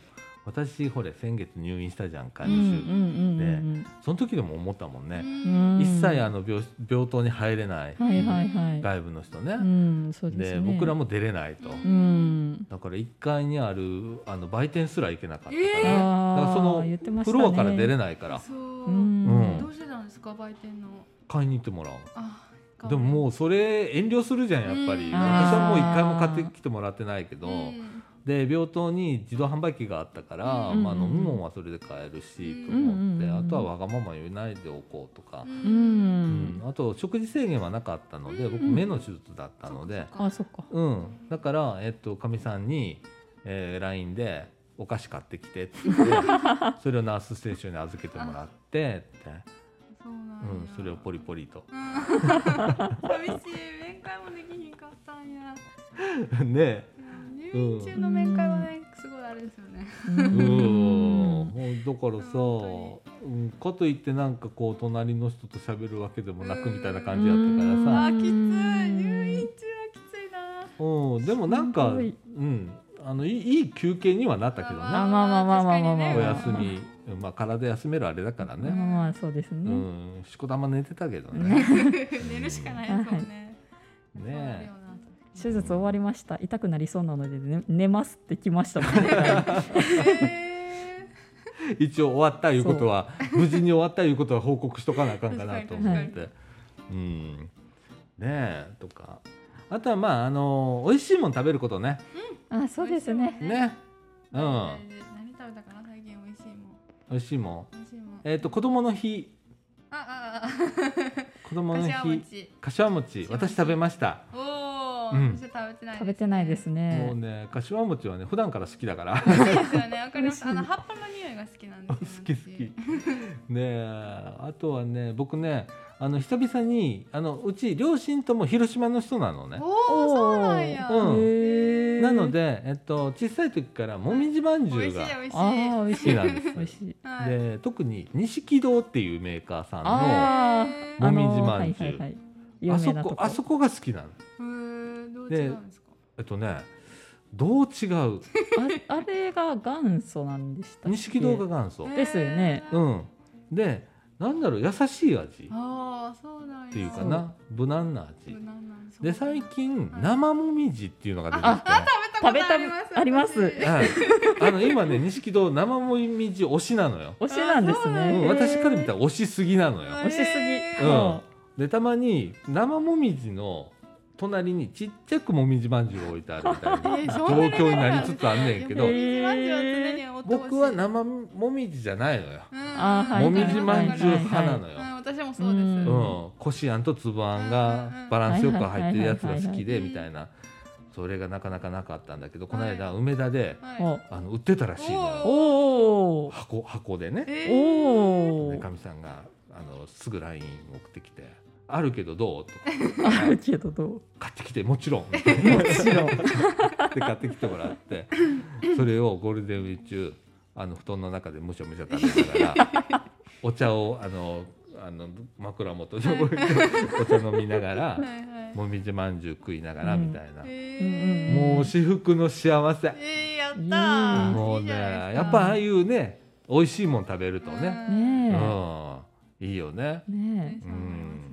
Speaker 1: 私ほれ先月入院したじゃんか
Speaker 3: うん
Speaker 1: 二
Speaker 3: う
Speaker 1: 週、
Speaker 3: んうん
Speaker 1: その時でも思ったもんね、
Speaker 3: うん
Speaker 1: 一切あの病病棟に入れない
Speaker 3: うんはいはいは
Speaker 1: 外部の人ね
Speaker 3: い、うんそう
Speaker 1: で
Speaker 3: ですね
Speaker 1: 僕らも出れないと、
Speaker 2: うん
Speaker 3: うん
Speaker 1: だから1階にあるあの売店すら行けなかったから、
Speaker 2: えー
Speaker 1: だからそ
Speaker 3: あー言って
Speaker 1: の
Speaker 3: ま
Speaker 1: フ
Speaker 3: したね
Speaker 1: ロアから出れないから
Speaker 2: そう、
Speaker 3: うん
Speaker 2: どうしてたんですか売店の
Speaker 1: 買いに行ってもらう
Speaker 2: あ
Speaker 1: でももうそれ遠慮するじゃんやっぱ
Speaker 2: う
Speaker 1: り、
Speaker 2: ん
Speaker 1: 私はもう1回も買ってきてもらってないけど、
Speaker 2: うん
Speaker 1: で病棟に自動販売機があったから、
Speaker 2: うん
Speaker 1: まあ、飲み物はそれで買えるしと思って、
Speaker 3: うん
Speaker 1: あとはわがまま言えないでおこうとか
Speaker 2: う、
Speaker 3: うん
Speaker 1: うん
Speaker 3: ん
Speaker 1: あと食事制限はなかったので、
Speaker 2: うん
Speaker 1: 僕目の手術だったので、
Speaker 3: あそっか
Speaker 1: うんだからえっとかみさんに、えー、LINE で「お菓子買ってきて」って言ってそれをナースステーションに預けてもらってって、
Speaker 2: そうなん
Speaker 1: う
Speaker 2: や、
Speaker 1: ん、それをポリポリと。
Speaker 2: うん 寂しい面会もできひんかったんや
Speaker 1: ね
Speaker 2: うん入院中の面会はねすごいあれですよね
Speaker 3: う
Speaker 1: うんも
Speaker 3: ん
Speaker 1: うだからさ、
Speaker 2: 本
Speaker 1: うん、かといってなんかこう隣の人と喋るわけでもなくみたいな感じやったから
Speaker 2: あ
Speaker 1: さ、
Speaker 2: ーきつい
Speaker 3: うん
Speaker 2: 入院中はきついな
Speaker 1: うんでもなん
Speaker 3: す
Speaker 1: か
Speaker 3: ごい
Speaker 1: うんあのいいいい休憩にはなったけど
Speaker 2: ま
Speaker 1: ね
Speaker 3: あまあまあまあまあまあまあ
Speaker 1: お
Speaker 2: 確
Speaker 1: 休
Speaker 2: かにね
Speaker 1: み、まあ、体休めるあれだから
Speaker 3: ま
Speaker 1: ね、
Speaker 3: あまあそうです
Speaker 1: う
Speaker 3: ね
Speaker 1: ん、しこたま寝てたけどね。
Speaker 2: 寝るしかないですもんね。
Speaker 1: はい
Speaker 2: そうなるよ
Speaker 3: 手術終わりました痛くなりそうなのでね寝ますって来ましたもん
Speaker 2: な。え
Speaker 1: 一応終わったいうことは無事に終わったいうことは報告しとかなあかんかなと
Speaker 2: 確
Speaker 1: 思
Speaker 3: かに
Speaker 1: っ
Speaker 3: 確
Speaker 1: て、うんねえとかあとはまああの美味しいもの食べることね
Speaker 3: あ そうですね
Speaker 1: ね
Speaker 2: ー
Speaker 1: うん
Speaker 2: 何食べたかな最近美味しいもん。
Speaker 1: 美味しいもん
Speaker 2: 美味しいもん。
Speaker 1: えっ、と子供の日
Speaker 2: あああ
Speaker 1: 子供
Speaker 2: あ。
Speaker 1: の
Speaker 2: かしわ
Speaker 1: 日
Speaker 2: 餅。
Speaker 1: 柏餅私食べました
Speaker 2: おお。
Speaker 1: うん
Speaker 2: 私は食べてない。
Speaker 3: 食べてないです。
Speaker 1: もう
Speaker 3: ね
Speaker 1: ね柏餅はね普段から好きだから
Speaker 2: そうですよね。わかります。あの葉っぱの匂いが好きなんで
Speaker 1: 好
Speaker 2: すよ。
Speaker 1: き好きねえあとはね僕ねあの久々にあのうち両親とも広島の人なのね
Speaker 2: 私。おおそうなんや。
Speaker 1: う
Speaker 3: へ
Speaker 1: ん
Speaker 3: ー
Speaker 1: なので、えっと、小さい時からもみじまんじ
Speaker 2: 美
Speaker 1: ゅう
Speaker 2: 味しい
Speaker 1: が
Speaker 2: 美味しい。
Speaker 3: あー美味
Speaker 1: 好
Speaker 3: し
Speaker 1: き
Speaker 3: い
Speaker 1: なんです
Speaker 3: 美味しい
Speaker 2: はい。
Speaker 1: で特に錦堂っていうメーカーさんのあ
Speaker 3: あ
Speaker 2: へ
Speaker 1: も
Speaker 2: ー
Speaker 3: あ
Speaker 1: みじ
Speaker 3: の
Speaker 1: まんじゅう
Speaker 3: はいはいはい有名
Speaker 1: そ
Speaker 3: なと
Speaker 1: こ
Speaker 3: こ
Speaker 1: あそこが好きなの
Speaker 2: うーんどう違うんですか。
Speaker 1: えっとねどう違う
Speaker 3: ああれが元祖なんでしたっけ
Speaker 1: 錦堂が元祖
Speaker 2: へー
Speaker 3: ですよね
Speaker 1: うんでなんだろう優しい味っ
Speaker 2: ああそうなんや。
Speaker 1: ていうかな無難な味
Speaker 2: なんなんそう
Speaker 1: で最近
Speaker 2: はい
Speaker 1: 生もみじっていうのが出てき
Speaker 2: 食べたことあります
Speaker 3: 食べたあります
Speaker 1: て、はい、あの今ね錦堂生もみじ推しなのよ、
Speaker 3: 推しなんです
Speaker 2: あ
Speaker 1: う
Speaker 3: ね
Speaker 1: ん、私から見た
Speaker 3: へ
Speaker 1: ら推しすぎなのよ
Speaker 3: ー推しす
Speaker 2: へ
Speaker 3: ぎ
Speaker 1: ーでたまに生もみじの隣にちっちゃくもみじまんじゅうが置いてあるみたいな
Speaker 2: えー
Speaker 1: 状
Speaker 2: そんなに
Speaker 1: 況になりつつあんねんけ
Speaker 2: も
Speaker 1: ど
Speaker 3: えー
Speaker 2: みじまんじゅうは常に追ってほしい
Speaker 1: 僕は生もみじじゃないのよ、
Speaker 2: うん
Speaker 3: あーは
Speaker 1: も
Speaker 3: い
Speaker 1: みじまんじゅう派なのよ、
Speaker 2: うん私もそうです。
Speaker 3: うん
Speaker 1: うん、こしあんとつぶあんが
Speaker 2: うんうんうん
Speaker 1: バランスよく入ってるやつが好き
Speaker 2: は
Speaker 1: で
Speaker 2: いはいはいはい
Speaker 1: みたいなそれがなかなかなかったんだけどこの
Speaker 2: は
Speaker 1: 間梅田で
Speaker 2: はい
Speaker 3: お
Speaker 1: あの売ってたらしいのよ
Speaker 3: おお
Speaker 1: 箱箱でね
Speaker 2: えー
Speaker 3: お
Speaker 1: で
Speaker 3: お
Speaker 1: かみさんがあのすぐ LINE 送ってきて「あるけどどう?」とか
Speaker 3: あるけどどう
Speaker 1: 「買ってきてもちろん」みたいな
Speaker 3: もちろん
Speaker 1: で買ってきてもらってそれをゴールデンウィーク中あの布団の中でむしゃむしゃ食べながらお茶をあのあの枕元に置いてお茶飲みながら
Speaker 2: はいはい
Speaker 1: もみじまんじゅう食いながらみたいな、
Speaker 2: え
Speaker 3: ん
Speaker 1: もう至福の幸せ
Speaker 2: ー、えーやった
Speaker 3: う
Speaker 2: ー。
Speaker 3: ん
Speaker 1: もう
Speaker 2: いい
Speaker 1: ね
Speaker 2: じゃないですか
Speaker 1: やっぱああいうね美味しいもん食べるとね、
Speaker 2: うん
Speaker 1: う
Speaker 3: ね
Speaker 1: ん、いいよね
Speaker 3: えね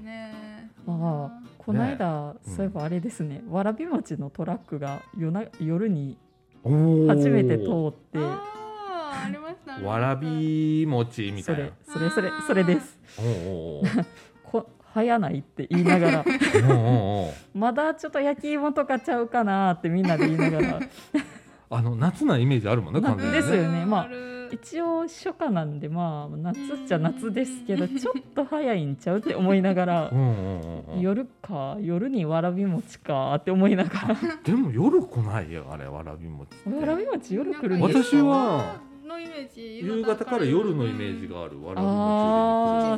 Speaker 3: え
Speaker 2: そう思いますね。
Speaker 3: ああこの間、そういえばあれですね、わらび餅のトラックが夜な夜に初
Speaker 1: 初
Speaker 3: めて通って
Speaker 2: あーありました。ありました
Speaker 1: わらび餅みた
Speaker 3: そ
Speaker 1: いな
Speaker 3: れそれそれそれです
Speaker 1: おうおうおう
Speaker 3: こ生やないって言いな がら
Speaker 1: うんうんうん
Speaker 3: まだちょっと焼き芋とかちゃうかなってみんなで言 いながら
Speaker 1: あの夏なイメージあるもんね完全にね
Speaker 3: ですよねまあ
Speaker 2: ある
Speaker 3: 一応初夏なんでまあ夏っちゃ夏ですけどちょっと早いんちゃうって思いながら
Speaker 1: うんうんうんうん
Speaker 3: 夜か夜にわらび餅かって思いなが
Speaker 1: でも夜来ないよあれわらび餅って
Speaker 3: らわらび餅夜来るん
Speaker 1: な
Speaker 3: で
Speaker 1: ん
Speaker 3: す
Speaker 1: か私
Speaker 3: か
Speaker 1: は
Speaker 2: のイメージ
Speaker 1: 夕方から夜のイメージがあるわらび
Speaker 3: あ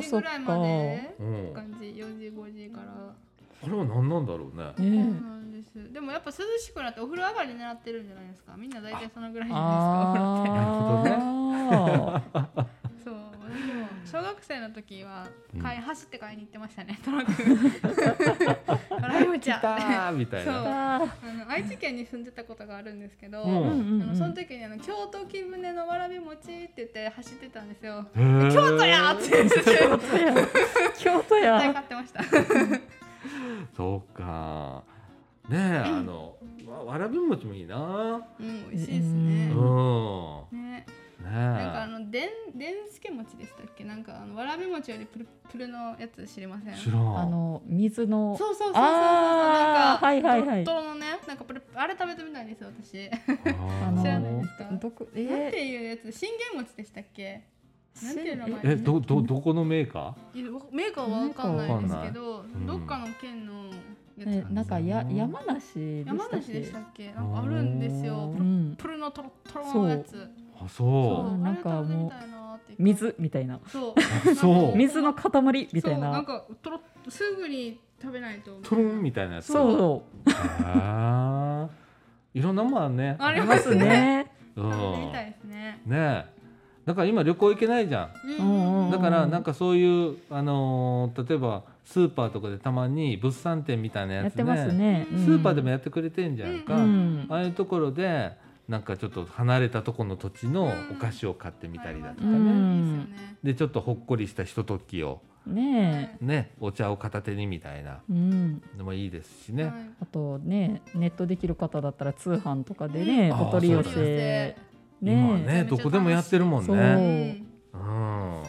Speaker 2: 1
Speaker 3: ー
Speaker 1: 餅
Speaker 2: 時ぐらいまで
Speaker 1: 入れてる
Speaker 2: 感じ4時5時から
Speaker 1: うんあれは何なんだろうね
Speaker 2: そう
Speaker 3: ねえ
Speaker 2: なんですでもやっぱ涼しくなってお風呂上がり狙ってるんじゃないですかみんな大体そのぐらいじゃないですかお風呂って
Speaker 3: あ
Speaker 2: そう私も小学生の時は買い、
Speaker 1: う
Speaker 2: 走って買いに行ってましたねト ラッ クわらび餅
Speaker 1: 来た
Speaker 2: や
Speaker 1: ーみたい
Speaker 2: そう
Speaker 1: な
Speaker 3: ー
Speaker 2: あ
Speaker 3: あ
Speaker 2: の愛知県に住んでたことがあるんですけど、
Speaker 1: うん
Speaker 3: ー。うんうん
Speaker 2: あ
Speaker 3: う
Speaker 2: の
Speaker 3: ん
Speaker 2: その時にあの京都木舟のわらび餅って言って走ってたんですよ。
Speaker 1: へー
Speaker 2: 京都やーって言って
Speaker 3: 京都や京都
Speaker 2: 絶対買
Speaker 3: や
Speaker 2: ってました。
Speaker 1: そうかねえあのわわらび餅もいいな
Speaker 2: うん美味しいですね
Speaker 1: う。ん
Speaker 2: ね、
Speaker 1: ねえ
Speaker 2: なんかあのでんでんすけ餅でしたっけなんかあのわらび餅よりプルプルのやつ知りません。
Speaker 1: 知らん
Speaker 3: あの水の
Speaker 2: そうそうそうそうそうなん
Speaker 3: あー
Speaker 2: か
Speaker 3: はいはいはい
Speaker 2: ドロドロのねなんかプルあれ食べてみたいんですよ私。
Speaker 1: あ
Speaker 3: あ
Speaker 1: の
Speaker 3: の
Speaker 2: 知らないですか
Speaker 3: どこ
Speaker 2: なん
Speaker 3: え
Speaker 2: ていうやつ信玄餅でしたっけ？
Speaker 3: ー
Speaker 2: なんていう名前
Speaker 1: えどどどこのメーカ
Speaker 2: いやメーカーはわかんないですけど、
Speaker 1: んない
Speaker 2: どっかの県のやつ
Speaker 3: え
Speaker 2: なんです
Speaker 3: なんかや山梨で
Speaker 2: 山
Speaker 3: したっ
Speaker 2: 梨で
Speaker 3: け
Speaker 2: したっけなんかあるんですよ
Speaker 1: お
Speaker 3: う
Speaker 1: ー
Speaker 3: ん
Speaker 2: プルのトロットロのやつ
Speaker 1: ーあそ
Speaker 3: そうなんかもう
Speaker 2: あれ食べてみたいなって
Speaker 3: 水みたいな
Speaker 2: そう
Speaker 1: うそう
Speaker 3: 水の塊みたい
Speaker 2: そうなん
Speaker 3: な
Speaker 2: かトロッすぐに食べないと
Speaker 1: うトロンみたいなやつ
Speaker 3: そうそう
Speaker 1: へーいろんなもんあるね
Speaker 2: あ
Speaker 3: あ
Speaker 2: り
Speaker 3: り
Speaker 2: ま
Speaker 3: ますす
Speaker 2: ね
Speaker 3: ね
Speaker 1: うん
Speaker 2: 食べてみたいですね
Speaker 1: ねえだから今旅行行けないじゃ
Speaker 2: うん
Speaker 3: うん
Speaker 1: んだからなんかそういうあのー例えばスーパーとかでたまに物産展みたいな
Speaker 3: や
Speaker 1: や
Speaker 3: っ
Speaker 1: つ
Speaker 3: て
Speaker 1: ね
Speaker 3: ますね
Speaker 2: ス
Speaker 1: スーパーでも
Speaker 3: や
Speaker 1: やってくれてんじゃんか、
Speaker 3: うん
Speaker 1: ああいうところでなんかちょっと離れたとこの土地のお菓子を買ってみたりだとかね、
Speaker 3: う
Speaker 2: はい
Speaker 3: ん
Speaker 2: いいですよね
Speaker 1: でちょっとほっこりしたひとときを
Speaker 3: ね
Speaker 1: ねお茶を片手にみたいな
Speaker 3: えうん
Speaker 1: のもいいですし
Speaker 2: は
Speaker 1: ね、
Speaker 2: い
Speaker 3: あとねネットできる方だったら通販とかでね
Speaker 1: うん
Speaker 3: お取り寄
Speaker 1: あーそうだ
Speaker 3: せ
Speaker 1: 今は
Speaker 3: ね
Speaker 1: ねどこでもやってるもん
Speaker 3: そう
Speaker 2: う
Speaker 1: ね
Speaker 2: ん
Speaker 1: うん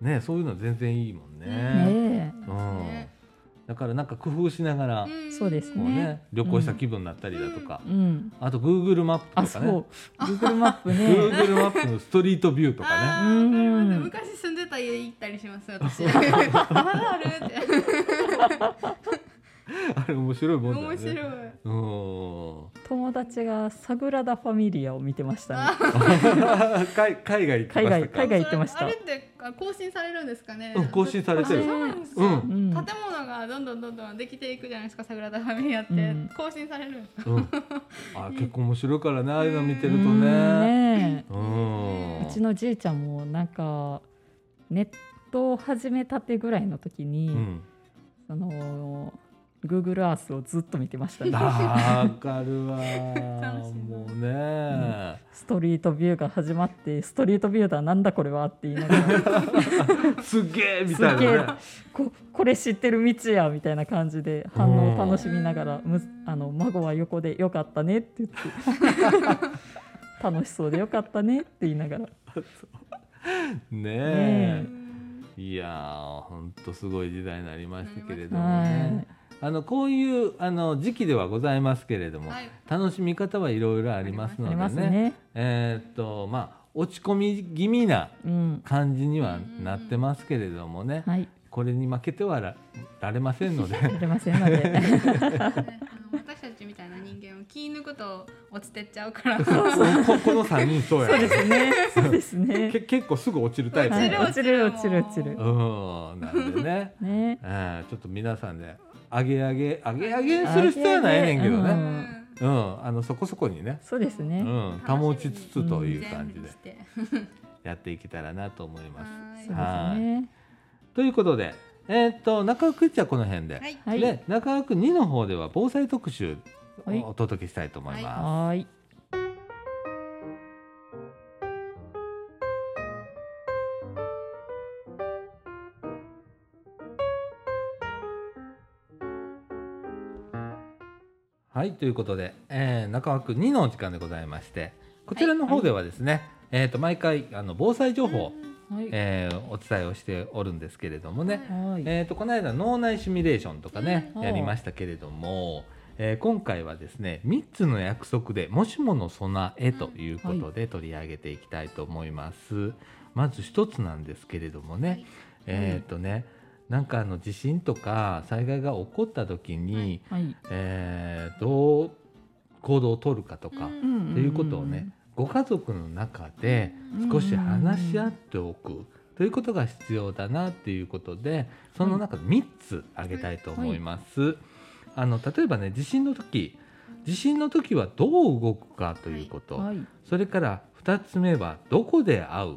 Speaker 1: ねそういうの全然いいもんね、
Speaker 3: えね
Speaker 1: う
Speaker 2: ね
Speaker 1: ん、だからなんか工夫しながら、
Speaker 2: ん
Speaker 3: そうです
Speaker 1: こうね旅行した気分になったりだとか
Speaker 3: え、うん
Speaker 1: あと Google マップ
Speaker 3: あ
Speaker 1: と
Speaker 3: そ
Speaker 1: かね
Speaker 3: う Google マップね
Speaker 1: Google マップのストリートビューとかね
Speaker 2: あーわかります
Speaker 3: うん
Speaker 2: 昔住んでた家行ったりします私まだあるって
Speaker 1: あれ面白いもんだよ
Speaker 2: 面
Speaker 1: ね
Speaker 2: 白い
Speaker 1: うん
Speaker 3: 友達がサグラダ・ファミリアを見てましたね
Speaker 1: 海海外行きましたか
Speaker 3: 海外行ってました
Speaker 2: それあれってあ更新されるんですかね。
Speaker 1: うん更新されてる
Speaker 2: あそうなんですか
Speaker 1: う、
Speaker 3: うんん
Speaker 2: 建物がどんどんどんどんできていくじゃないですか、桜田ファミリアって、
Speaker 3: うん
Speaker 2: 更新されるんですか。
Speaker 1: うん、あ結構面白いからねああいうの見てると
Speaker 3: うん
Speaker 1: ね
Speaker 3: ねえ
Speaker 1: うん
Speaker 3: うちのじいちゃんもなんかネットを始めたてぐらいの時に、
Speaker 1: うん
Speaker 3: その Google Earth をずっと見てましたね
Speaker 1: わかるわ
Speaker 2: しいな
Speaker 1: もうね、
Speaker 3: ストリートビューが始まってストリートビューだなんだこれはって言いながら
Speaker 1: すっげえみたい
Speaker 3: すっげえ
Speaker 1: なね
Speaker 3: ここれ知ってる道やみたいな感じで反応を楽しみながら
Speaker 2: うん
Speaker 3: むあの孫は横で「よかったね」って言って楽しそうでよかったねって言いながら
Speaker 1: ね
Speaker 3: ね
Speaker 1: えいやーほんとすごい時代になりましたけれども
Speaker 3: は
Speaker 1: ねあのこういうあの時期ではございますけれども、
Speaker 2: はい。
Speaker 1: 楽しみ方はいろいろあります
Speaker 3: い
Speaker 1: の
Speaker 3: あります
Speaker 1: でね
Speaker 3: ね。
Speaker 1: えーっとまあ落ち込み気味な
Speaker 3: うん
Speaker 1: 感じにはなってますけれどもね、
Speaker 3: はい、
Speaker 1: これに負けてはらられませんので
Speaker 3: 出ませんので
Speaker 2: ねあの私たちみたいな人間を気抜くと落ちてっちゃうか ら。
Speaker 1: こここの3人そうや
Speaker 3: そ
Speaker 1: ね
Speaker 3: うですねそうですね
Speaker 1: け結構すぐ落ちるタイプ
Speaker 3: は
Speaker 1: ね、
Speaker 3: い落ちる落ちる落ちる
Speaker 1: うんなんでね、
Speaker 3: ね
Speaker 1: えーちょっと皆さんで上げ上げ上げ上げする必要はないねんけど
Speaker 3: 上げ上
Speaker 2: う
Speaker 1: ね
Speaker 3: げ
Speaker 2: ん
Speaker 1: うん、あのそこそこにね、
Speaker 3: そうです
Speaker 1: う
Speaker 3: ね、
Speaker 1: ん、保ちつつという感じ
Speaker 2: 全部
Speaker 1: で
Speaker 2: して
Speaker 1: やっていけたらなと思います。
Speaker 3: そう
Speaker 2: は
Speaker 3: です
Speaker 2: い
Speaker 3: ね
Speaker 1: ということで、えーっと中川くんちはこの辺で、
Speaker 2: はい。
Speaker 3: はい
Speaker 1: で中川くん2の方では防災特集
Speaker 3: はい
Speaker 1: をお届けしたいと思います。
Speaker 3: はーい
Speaker 1: はいということで、えー中枠2のお時間でございましてこちらの方ではですね、えー、と毎回あの防災情報を
Speaker 3: はい
Speaker 1: えーお伝えをしておるんですけれどもね、
Speaker 3: はい
Speaker 1: えー、とこの間脳内シミュレーションとかね、
Speaker 3: うん
Speaker 1: やりましたけれども、えー今回はですね3つの約束でもしもの備えということで取り上げていきたいと思います。まず1つなんですけれどもね、
Speaker 2: はい
Speaker 1: えっ、とねなんかあの地震とか災害が起こった時に、
Speaker 2: はい
Speaker 3: はい
Speaker 1: えーどう行動を取るかとか、
Speaker 2: うん
Speaker 1: ということをね、ご家族の中で
Speaker 3: うん
Speaker 1: 少し話し合っておくということが必要だなっていうことでその中で3つ挙げたいと思います。あの例えばね地震の時地震の時はどう動くかということ、
Speaker 3: はい
Speaker 1: それから2つ目はどこで会う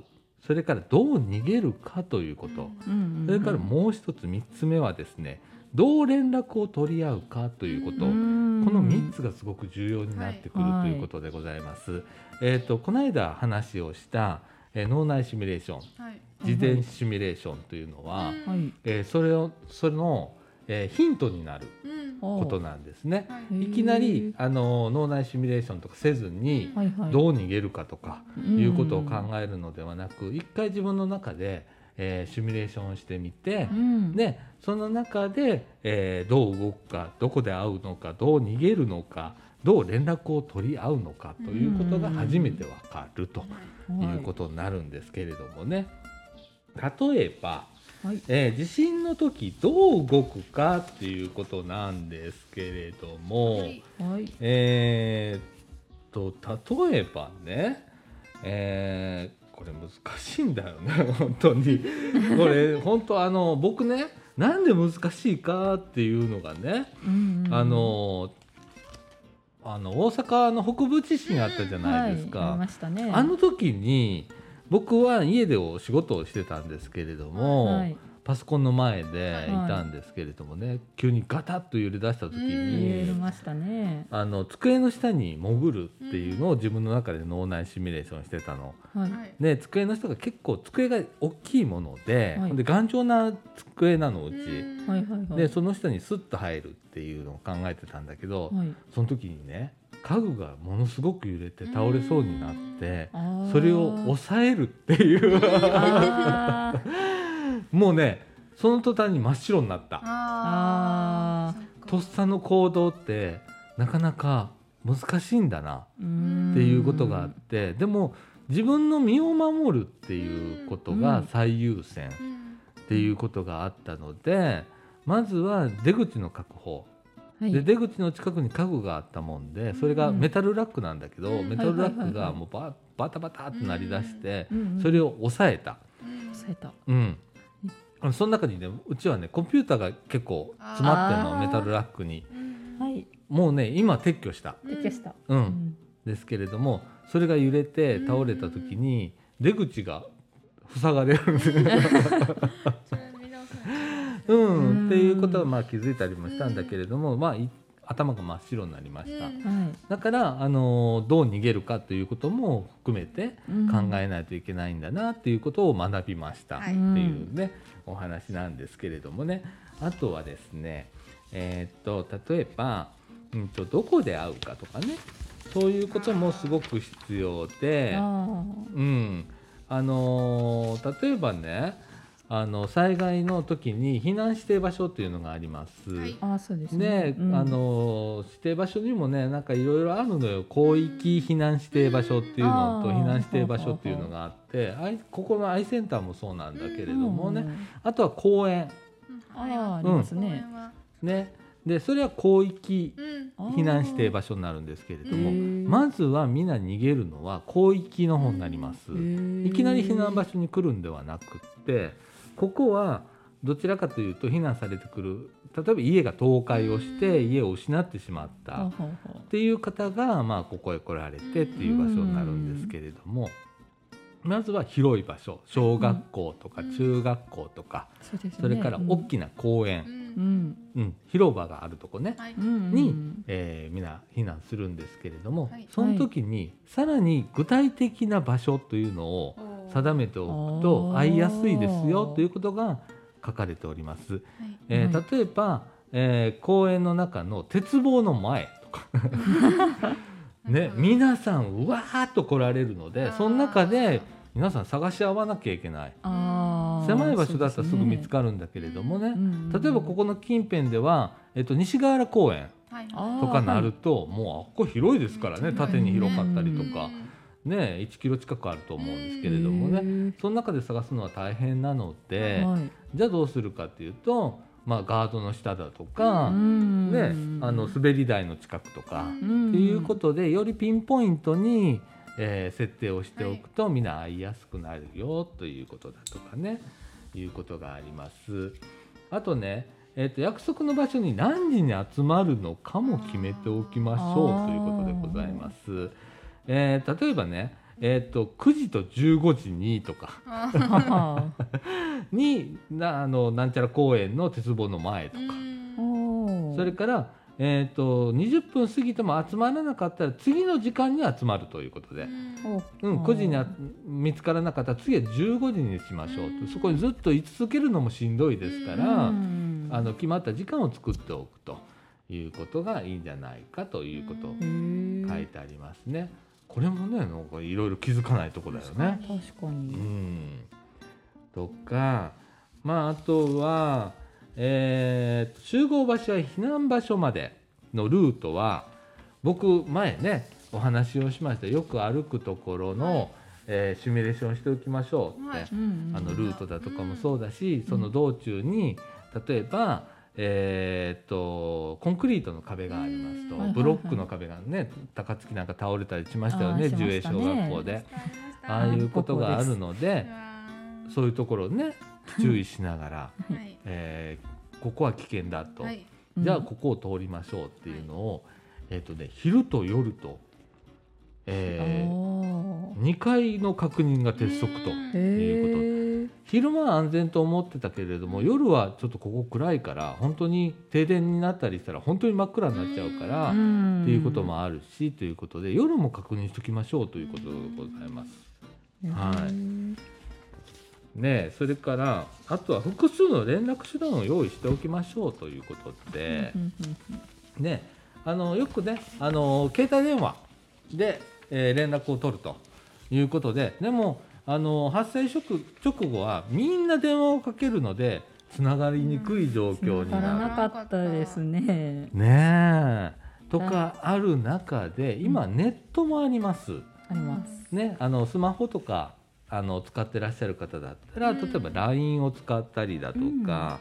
Speaker 1: それからどう逃げるかということ、
Speaker 3: うん
Speaker 1: それからもう一つ3つ目はですねどう連絡を取り合うかということ、こ
Speaker 3: こ
Speaker 1: の3つがすごく重要になってくる
Speaker 3: はい
Speaker 1: ということでございます。えっ、とこの間話をした、えー脳内シミュレーション、
Speaker 2: はい
Speaker 1: 事前シミュレーションというのは、
Speaker 2: うん
Speaker 3: はい
Speaker 1: えーそれをその、えーヒントになる
Speaker 2: うんは
Speaker 1: ことなんですね。
Speaker 2: い
Speaker 3: うん
Speaker 1: いきなりあの脳内シミュレーションとかせずに、
Speaker 3: はいはい
Speaker 1: どう逃げるかとか
Speaker 3: ん
Speaker 1: いうことを考えるのではなく、一回自分の中で、えーシミュレーションをしてみて、
Speaker 3: うん
Speaker 1: でその中で、えーどう動くかどこで会うのかどう逃げるのかどう連絡を取り合うのかということが初めてわかるということになるんですけれどもね例えば、
Speaker 3: はいはい
Speaker 1: えー地震の時どう動くかっていうことなんですけれども、
Speaker 2: はい
Speaker 3: はい
Speaker 1: えーっと例えばね、えーこれ難しいんだよね 本当にこれ本当あの僕ねなんで難しいかっていうのがね、
Speaker 3: うんうん
Speaker 1: あのあの大阪の北部地震あったじゃないですか、
Speaker 3: はい、ありましたね
Speaker 1: あの時に僕は家でお仕事をしてたんですけれども、
Speaker 3: はい
Speaker 1: パソコンの前でいたんですけれどもね、急にガタッと揺れ出した時に、
Speaker 3: 言えましたね
Speaker 1: あの机の下に潜るっていうのを自分の中で脳内シミュレーションしてたの。
Speaker 3: はい
Speaker 2: はい
Speaker 1: で机の下が結構机が大きいもので,、
Speaker 3: はい
Speaker 1: で頑丈な机なのう
Speaker 2: う
Speaker 1: ち、
Speaker 2: ん
Speaker 3: はいはいはい
Speaker 1: でその下にスッと入るっていうのを考えてたんだけど、
Speaker 3: はい
Speaker 1: その時にね家具がものすごく揺れて倒れそうになって、
Speaker 3: あー
Speaker 1: それを抑えるっていう
Speaker 3: あー
Speaker 1: もうねその途端に真っ白になった。
Speaker 2: あー
Speaker 3: あー
Speaker 2: そっか
Speaker 1: とっさの行動ってなかなか難しいんだな
Speaker 3: うん
Speaker 1: っていうことがあってでも自分の身を守るっていうことが最優先っ
Speaker 2: うん
Speaker 1: ていうことがあったのでまずは出口の確保
Speaker 3: はい
Speaker 1: で出口の近くに家具があったもんでそれが
Speaker 3: うん
Speaker 1: メタルラックなんだけど
Speaker 2: うん
Speaker 1: メタルラッ
Speaker 3: はいは
Speaker 1: ク
Speaker 3: いはい
Speaker 1: が
Speaker 3: はい
Speaker 1: もうババタバタってなりだして
Speaker 3: うんうん
Speaker 1: それを抑えた。
Speaker 2: うん
Speaker 3: 抑えた
Speaker 1: うんその中にねうちはねコンピューターが結構詰まってるの
Speaker 3: あー
Speaker 1: メタルラックに
Speaker 2: うん
Speaker 3: はい
Speaker 1: もうね今撤去した、
Speaker 2: うん
Speaker 3: できした
Speaker 1: う、
Speaker 3: うんん
Speaker 1: ですけれどもそれが揺れて倒れた時に出口が塞がれるん ですよ、
Speaker 2: それ見直さな
Speaker 1: う
Speaker 2: い
Speaker 1: ん
Speaker 3: うん
Speaker 1: っていうことはまあ気づいたりもしたんだけれども、まあ、い頭が真っ白になりました、
Speaker 2: うん
Speaker 3: はい
Speaker 1: だから、あのーどう逃げるかということも含めて考えないといけないんだなっていうことを学びました、
Speaker 2: は
Speaker 1: って
Speaker 2: い
Speaker 1: いうね、お話なんですけれどもねあとはですねえーっと例えば、うん、とどこで会うかとかねそういうこともすごく必要で、
Speaker 3: あ
Speaker 1: うんあのー例えばねあの災害の時に避難指定場所っていうのがあります。
Speaker 2: はい
Speaker 3: ーあーそうです
Speaker 1: ね
Speaker 3: ねうん
Speaker 1: あのー指定場所にもねなんかいろいろあるのよ広域避難指定場所っていうのと
Speaker 3: うんあ
Speaker 1: 避
Speaker 3: ー
Speaker 1: 難指定場所っていうのがあってあいここのアイセンターもそうなんだけれどもね、
Speaker 3: うん
Speaker 1: あとは公園
Speaker 2: うん
Speaker 3: あ
Speaker 2: はい
Speaker 3: ーあります
Speaker 2: 公
Speaker 3: ね
Speaker 2: 園は
Speaker 1: ねでそれは広域
Speaker 2: うん
Speaker 1: 避難指定場所になるんですけれども
Speaker 3: へー
Speaker 1: まずはみんな逃げるのは広域の方になります。い
Speaker 3: い
Speaker 1: きなり避難場所に来るんではなくってここはどちらかというと避難されてくる例えば家が倒壊をして家を失ってしまったっ
Speaker 3: ほうほう
Speaker 1: ていう方が、まあ、ここへ来られてっていう場所になるんですけれどもまずは広い場所小学校とか
Speaker 2: うん
Speaker 1: 中学校とか
Speaker 3: そうですね
Speaker 1: それから大きな公
Speaker 2: う
Speaker 1: 園、
Speaker 2: ん
Speaker 3: うん
Speaker 1: うん、広場があるとこね、
Speaker 2: はい
Speaker 3: うん
Speaker 1: に
Speaker 3: うん
Speaker 1: えー、みんな避難するんですけれども
Speaker 2: はい
Speaker 1: その時にさらに具体的な場所というのを
Speaker 2: おー
Speaker 1: 定めておくと
Speaker 3: あー
Speaker 1: 会いやすいですよということが書かれております。
Speaker 2: はい
Speaker 1: えー
Speaker 3: は
Speaker 1: 例えば、えー公園の中の鉄棒の前とかね皆さんうわーっと来られるのでその中で皆さん探し合わなきゃいけない
Speaker 3: あー
Speaker 1: 狭い場所だったらすぐ見つ
Speaker 3: る
Speaker 1: かるんだけれどもね例
Speaker 3: 例
Speaker 1: えばここの近辺では、えっと、西河原公園
Speaker 2: はい
Speaker 3: あ
Speaker 1: とかなるともうあここ広いですからね
Speaker 2: うん
Speaker 1: 縦に広かったりとか
Speaker 2: う、ん
Speaker 1: ね、1キロ近くあると思うんですけれどもね
Speaker 3: ね
Speaker 1: その中で探すのは大変なので
Speaker 3: はい
Speaker 1: じゃあどうするかっていうと、まあ、ガードの下だとか、ね、あの
Speaker 3: っ
Speaker 1: 滑り台の近くとか
Speaker 2: うん
Speaker 1: っていうこととでよりピンポイントに、えー設定をしておくと、みんな会いやすくなるよということだとかねいうことがあります。あとね、えー、と約束の場所に何時に集まるのかも決めておきましょ
Speaker 3: あー
Speaker 1: うということでございます。えー例えばね、えー、と9時と15時にとか
Speaker 2: あ ー
Speaker 1: になあのなんちゃら公園の鉄棒の前と か。
Speaker 2: うん
Speaker 1: それから、えー、と20分過ぎても集まらなかったら次の時間に集まるということで、うん9時にあ見つからなかったら次は15時にしましょう
Speaker 2: うん
Speaker 1: とそこにずっと居続けるのもしんどいですか
Speaker 3: た
Speaker 1: ら、あ
Speaker 3: あ
Speaker 1: の決まった時間を作っておくということがいいんじゃないかということを書いてありますね。これもねなんかいろいろ気づかないとこだよ
Speaker 2: 確か
Speaker 1: ね
Speaker 2: に。
Speaker 3: 確か
Speaker 1: う
Speaker 3: に
Speaker 1: ん、とかまああとは、えー集合場所や避難場所までのルートは僕前ねお話をしましたよく歩くところの、
Speaker 2: はい
Speaker 1: えーシミュレーションしておきましょうって、
Speaker 2: はい
Speaker 1: あの
Speaker 3: の
Speaker 1: ルートだとかもそうだし、その道中に例えば、えーっとコンクリートの壁がありますと、
Speaker 2: うんはいはい
Speaker 3: はい
Speaker 1: ブロックの壁がね高槻なんか倒れたりしましたよ
Speaker 3: あ
Speaker 1: ね
Speaker 3: ーしま
Speaker 1: 寿栄
Speaker 3: した
Speaker 1: 小
Speaker 3: ね
Speaker 1: 学校で。ああいうことがあるのでそういうところをね注意しながら、
Speaker 2: うわーはい
Speaker 1: えーここは危険だと、
Speaker 2: はい
Speaker 1: じゃあここを通りましょうっていうのを、えっ、とね昼と夜と、え2回の確認が鉄則と。
Speaker 2: うん
Speaker 1: いう昼間は安全と思ってたけれども夜はちょっとここ暗いから本当に停電になったりしたら本当に真っ暗になっちゃうから、
Speaker 3: ん
Speaker 1: っていうこともあるしということで夜も確認しときましょうということでございます。はいねえそれからあとは複数の連絡手段を用意しておきましょうということで、ねえあのよくねあの携帯電話で、えー連絡を取るということででもあの発生直直後はみんな電話をかけるのでつながりにくい状況に
Speaker 3: なら
Speaker 1: な
Speaker 3: な
Speaker 1: る。
Speaker 3: かったですね
Speaker 1: ねえとかある中で今ネットもあります。
Speaker 3: あります
Speaker 1: ね、あのスマホとかあの使ってらっしゃる方だったら
Speaker 2: うん
Speaker 1: 例えば LINE を使ったりだとか、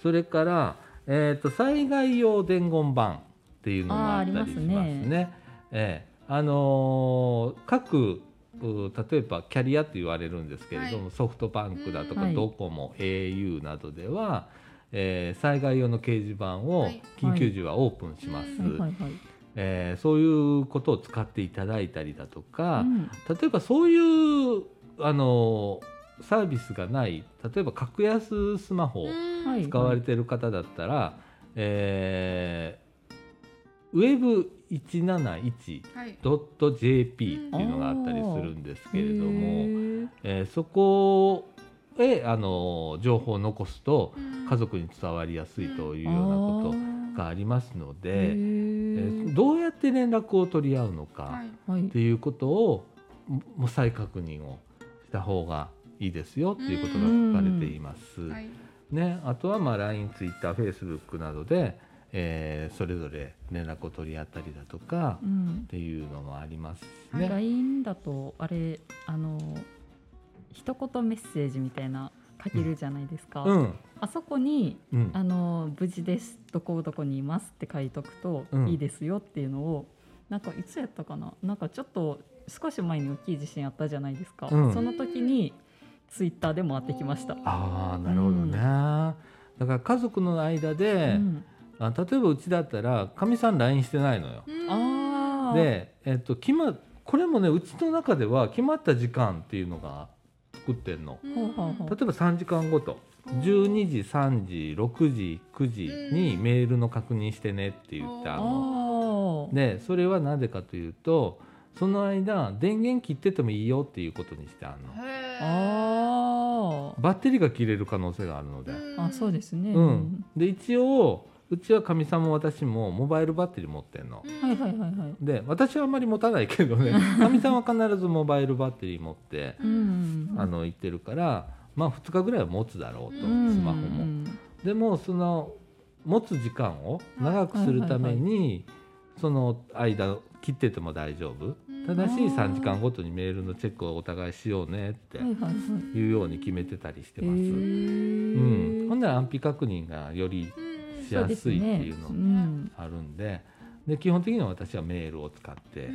Speaker 1: それから、えー、と災害用伝言板っていうのもあったりしますね。
Speaker 3: あーあります
Speaker 1: ええあのー各う例えばキャリアって言われるんですけれども、ソフトバンクだとか、
Speaker 3: はい
Speaker 1: ドコモ au などでは、えー災害用の掲示板を
Speaker 2: はい
Speaker 1: 緊急時はオープンします、
Speaker 2: う
Speaker 3: はいはいはい
Speaker 1: えーそういうことを使っていただいたりだとか、
Speaker 3: うん
Speaker 1: 例えばそういうあのサービスがない例えば格安スマホを
Speaker 2: うん
Speaker 3: はい
Speaker 1: 使われている方だったら、えー、
Speaker 2: はい
Speaker 1: web171.jp っていうのがあったりするんですけれど
Speaker 3: へ
Speaker 1: も、
Speaker 3: ー
Speaker 1: えーそこへあの情報を残すと家族に伝わりやすいというようなことがありますの
Speaker 3: へ
Speaker 1: で、え
Speaker 3: ー
Speaker 1: ーどうやって連絡を取り合うのか。
Speaker 2: はい
Speaker 3: はい
Speaker 1: っていうことをももう再確認をした方がいいですよっていうことが書かれています。
Speaker 2: はい
Speaker 1: ね、あとはまあ LINE、Twitter、Facebook などで、えーそれぞれ連絡を取り合ったりだとか
Speaker 3: う
Speaker 1: っ
Speaker 3: ん
Speaker 1: ていうのもあります
Speaker 2: はい
Speaker 1: ね。
Speaker 3: LINE だとあれあの一言メッセージみたいな書けるじゃないですか、
Speaker 1: うん、
Speaker 3: あそこに
Speaker 1: うん、
Speaker 3: あの「無事ですどこどこにいます」って書いとくと、
Speaker 1: うん
Speaker 3: いいですよっていうのをなんかいつやったかななんかちょっと少し前に大きい地震あったじゃないですか、
Speaker 1: うん
Speaker 3: その時にツイッターでも回ってきました。
Speaker 1: ああなるほどね。だから家族の間で、
Speaker 3: うん
Speaker 1: あ例えばうちだったらかみさん LINE してないのよ。
Speaker 2: うん
Speaker 3: あー
Speaker 1: で、えっと決まこれもねうちの中では決まった時間っていうのが作ってんの。
Speaker 2: うん
Speaker 3: ほうほうほう
Speaker 1: 例えば3時間ごと12時3時6時9時に
Speaker 2: うん
Speaker 1: メールの確認してねって言ってあ
Speaker 3: あ
Speaker 1: の
Speaker 3: ー
Speaker 1: でそれはなぜかというとその間電源切っててもいいよっていうことにしてあの
Speaker 2: へー
Speaker 3: あ
Speaker 1: バッテリーが切れる可能性があるので、
Speaker 3: ーあそうですね。
Speaker 1: うん、で一応うちはかみさんも私もモバイルバッテリー持ってんの。
Speaker 3: はいはいはいはい。
Speaker 1: で私はあんまり持たないけどねかみさんは必ずモバイルバッテリー持って
Speaker 3: うんうんうん
Speaker 1: あの行ってるからまあ2日ぐらいは持つだろうとス
Speaker 2: うん
Speaker 1: マホも。でもその持つ時間を長くするためにその間切ってても大丈夫
Speaker 2: うん
Speaker 1: ただし
Speaker 3: あー
Speaker 1: 3時間ごとにメールのチェックをお互いしようねって
Speaker 3: はいはいはい。
Speaker 1: いうように決めてたりして
Speaker 3: へ
Speaker 1: ます。う
Speaker 3: ー
Speaker 1: ん、ほんなら安否確認がよりし
Speaker 3: そう
Speaker 1: や
Speaker 3: です
Speaker 1: いっていうの
Speaker 3: ねん
Speaker 1: あるんでで基本的には私はメールを使って
Speaker 3: う
Speaker 2: う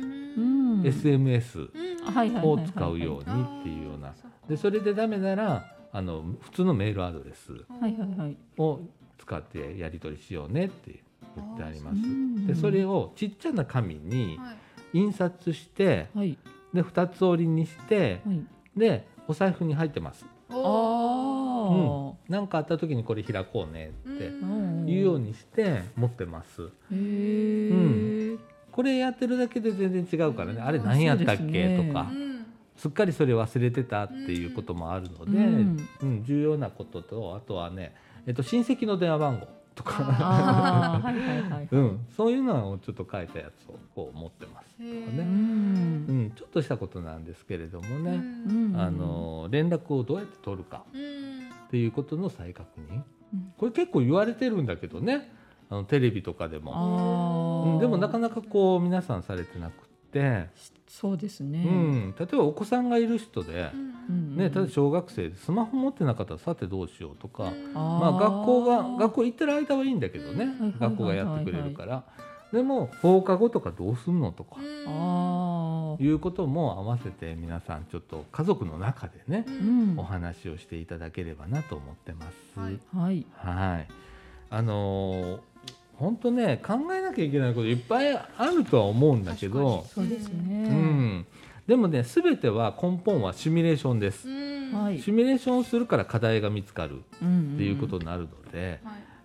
Speaker 2: ん
Speaker 1: SMS
Speaker 3: はいはい
Speaker 1: を使うようにっていうようなでそれでダメならあの普通のメールアドレス
Speaker 3: はいはいはい。
Speaker 1: を使ってやり取りしようねって言ってあります
Speaker 3: あーそううん。
Speaker 1: でそれをちっちゃな紙に
Speaker 2: はい
Speaker 1: 印刷して
Speaker 3: はい
Speaker 1: で2つ折りにして
Speaker 3: はい。
Speaker 1: でお財布に入ってます。
Speaker 3: ああ。
Speaker 1: なんかあった時にこれ開こうねって
Speaker 3: ん
Speaker 1: いうようにして持ってます。
Speaker 3: へえ。
Speaker 1: これやってるだけで全然違うからねあれ
Speaker 2: うん
Speaker 1: 何やったっ
Speaker 3: そう
Speaker 1: け
Speaker 3: ですね
Speaker 1: とかすっかりそれ忘れてたっていうこともあるので、
Speaker 3: う
Speaker 1: うん
Speaker 3: ん
Speaker 1: 重要なこととあとはね、えっと、親戚の電話番号とか、
Speaker 3: ああはいはいはい。
Speaker 1: うん、そういうのをちょっと書いたやつをこう持ってます。
Speaker 3: う。
Speaker 1: ねうんん、ちょっとしたことなんですけれどもね、
Speaker 3: うん
Speaker 1: あの連絡をどうやって取るかっていうことの再確認
Speaker 3: うん
Speaker 1: これ結構言われてるんだけどねあのテレビとかでも、
Speaker 3: ああ。
Speaker 1: うんでもなかなかこう皆さんされてなくって、
Speaker 3: そうですね。
Speaker 1: うん、例えばお子さんがいる人で、
Speaker 3: うん。
Speaker 1: ね、例えば小学生でスマホ持ってなかったらさてどうしようとか、
Speaker 3: あー
Speaker 1: まあ、学校が学校行ってる間はいいんだけどね、
Speaker 2: はい
Speaker 3: はいはい
Speaker 1: 学校がやってくれるから、でも放課後とかどうすんのとか
Speaker 3: ああ。
Speaker 1: いうことも合わせて皆さんちょっと家族の中でね、
Speaker 3: うん
Speaker 1: お。話をしていただければなと思ってます。
Speaker 2: はい
Speaker 3: はい。
Speaker 1: はい。あの本当ね考えなきゃいけないこといっぱいあるとは思うんだけど、
Speaker 3: そうで
Speaker 1: う
Speaker 3: すね。
Speaker 1: ん。でもね全ては根本はシミュレーションです。
Speaker 3: はい。
Speaker 1: シミュレーションをするから課題が見つかる
Speaker 3: っ
Speaker 1: っていうことになるので、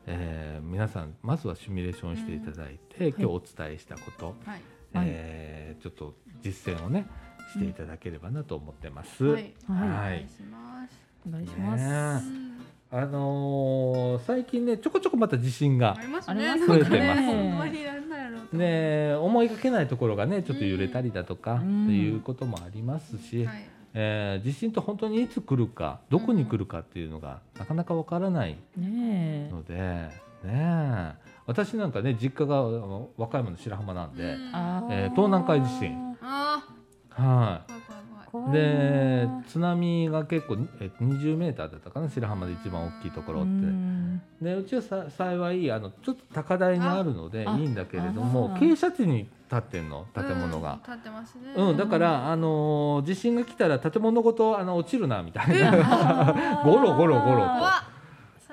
Speaker 1: えー皆さんまずはシミュレーションしていただいて、今日お伝えしたこと、
Speaker 3: はい
Speaker 1: えーちょっと実践をねしていただければなと思ってます。
Speaker 3: はい。
Speaker 1: はい
Speaker 3: お願いします。
Speaker 1: あのー最近ねちょこちょこまた地震が
Speaker 2: あります
Speaker 3: あり
Speaker 2: ね。
Speaker 3: ます
Speaker 1: ね
Speaker 2: なんか
Speaker 1: 増えてます
Speaker 2: ね、ほんまになんだろうと思って。
Speaker 1: ね、思いがけないところがねちょっと揺れたりだとか、
Speaker 3: うん
Speaker 1: っていうこともありますし、
Speaker 2: はい。
Speaker 1: えー地震って本当にいつ来るかどこに来るかっていうのがなかなかわからない
Speaker 3: ねえ。
Speaker 1: ので、ねえ、私なんかね実家があの和歌山の白浜なんで、
Speaker 2: うん
Speaker 3: あー
Speaker 1: えー東南海地震。
Speaker 2: あ
Speaker 1: は
Speaker 2: ー、怖い怖い怖い。
Speaker 1: いで津波が結構えっと20メーターだったかな白浜で一番大きいところって。
Speaker 3: うん
Speaker 1: でうちはさ幸いあのちょっと高台にあるのでい
Speaker 3: あ
Speaker 1: いんだけれど
Speaker 3: あ
Speaker 1: も
Speaker 3: あ
Speaker 1: 傾斜地に建ってんの建物
Speaker 2: うん
Speaker 1: が。
Speaker 2: 立ってますね。
Speaker 1: うん、だから、あのー地震が来たら建物ごとあの落ちるなみたい なゴロゴロゴロ
Speaker 2: 怖っ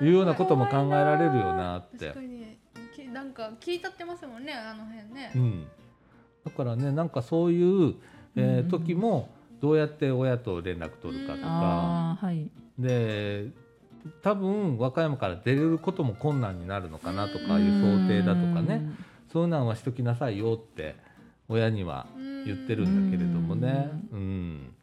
Speaker 1: いうようなことも考えられるよなっ
Speaker 2: 確
Speaker 1: て
Speaker 2: か、にきなんか聞いたってますもんねあの辺ね
Speaker 1: う。ん、だからねなんかそういう、えー
Speaker 3: うんうん
Speaker 1: 時もどうやって親と連絡取るかとか、
Speaker 3: ああはい。
Speaker 1: で多分和歌山から出れることも困難になるのかなとかいう想定だとかね、そういうのはしときなさいよって親には言ってるんだけれどもね、うん、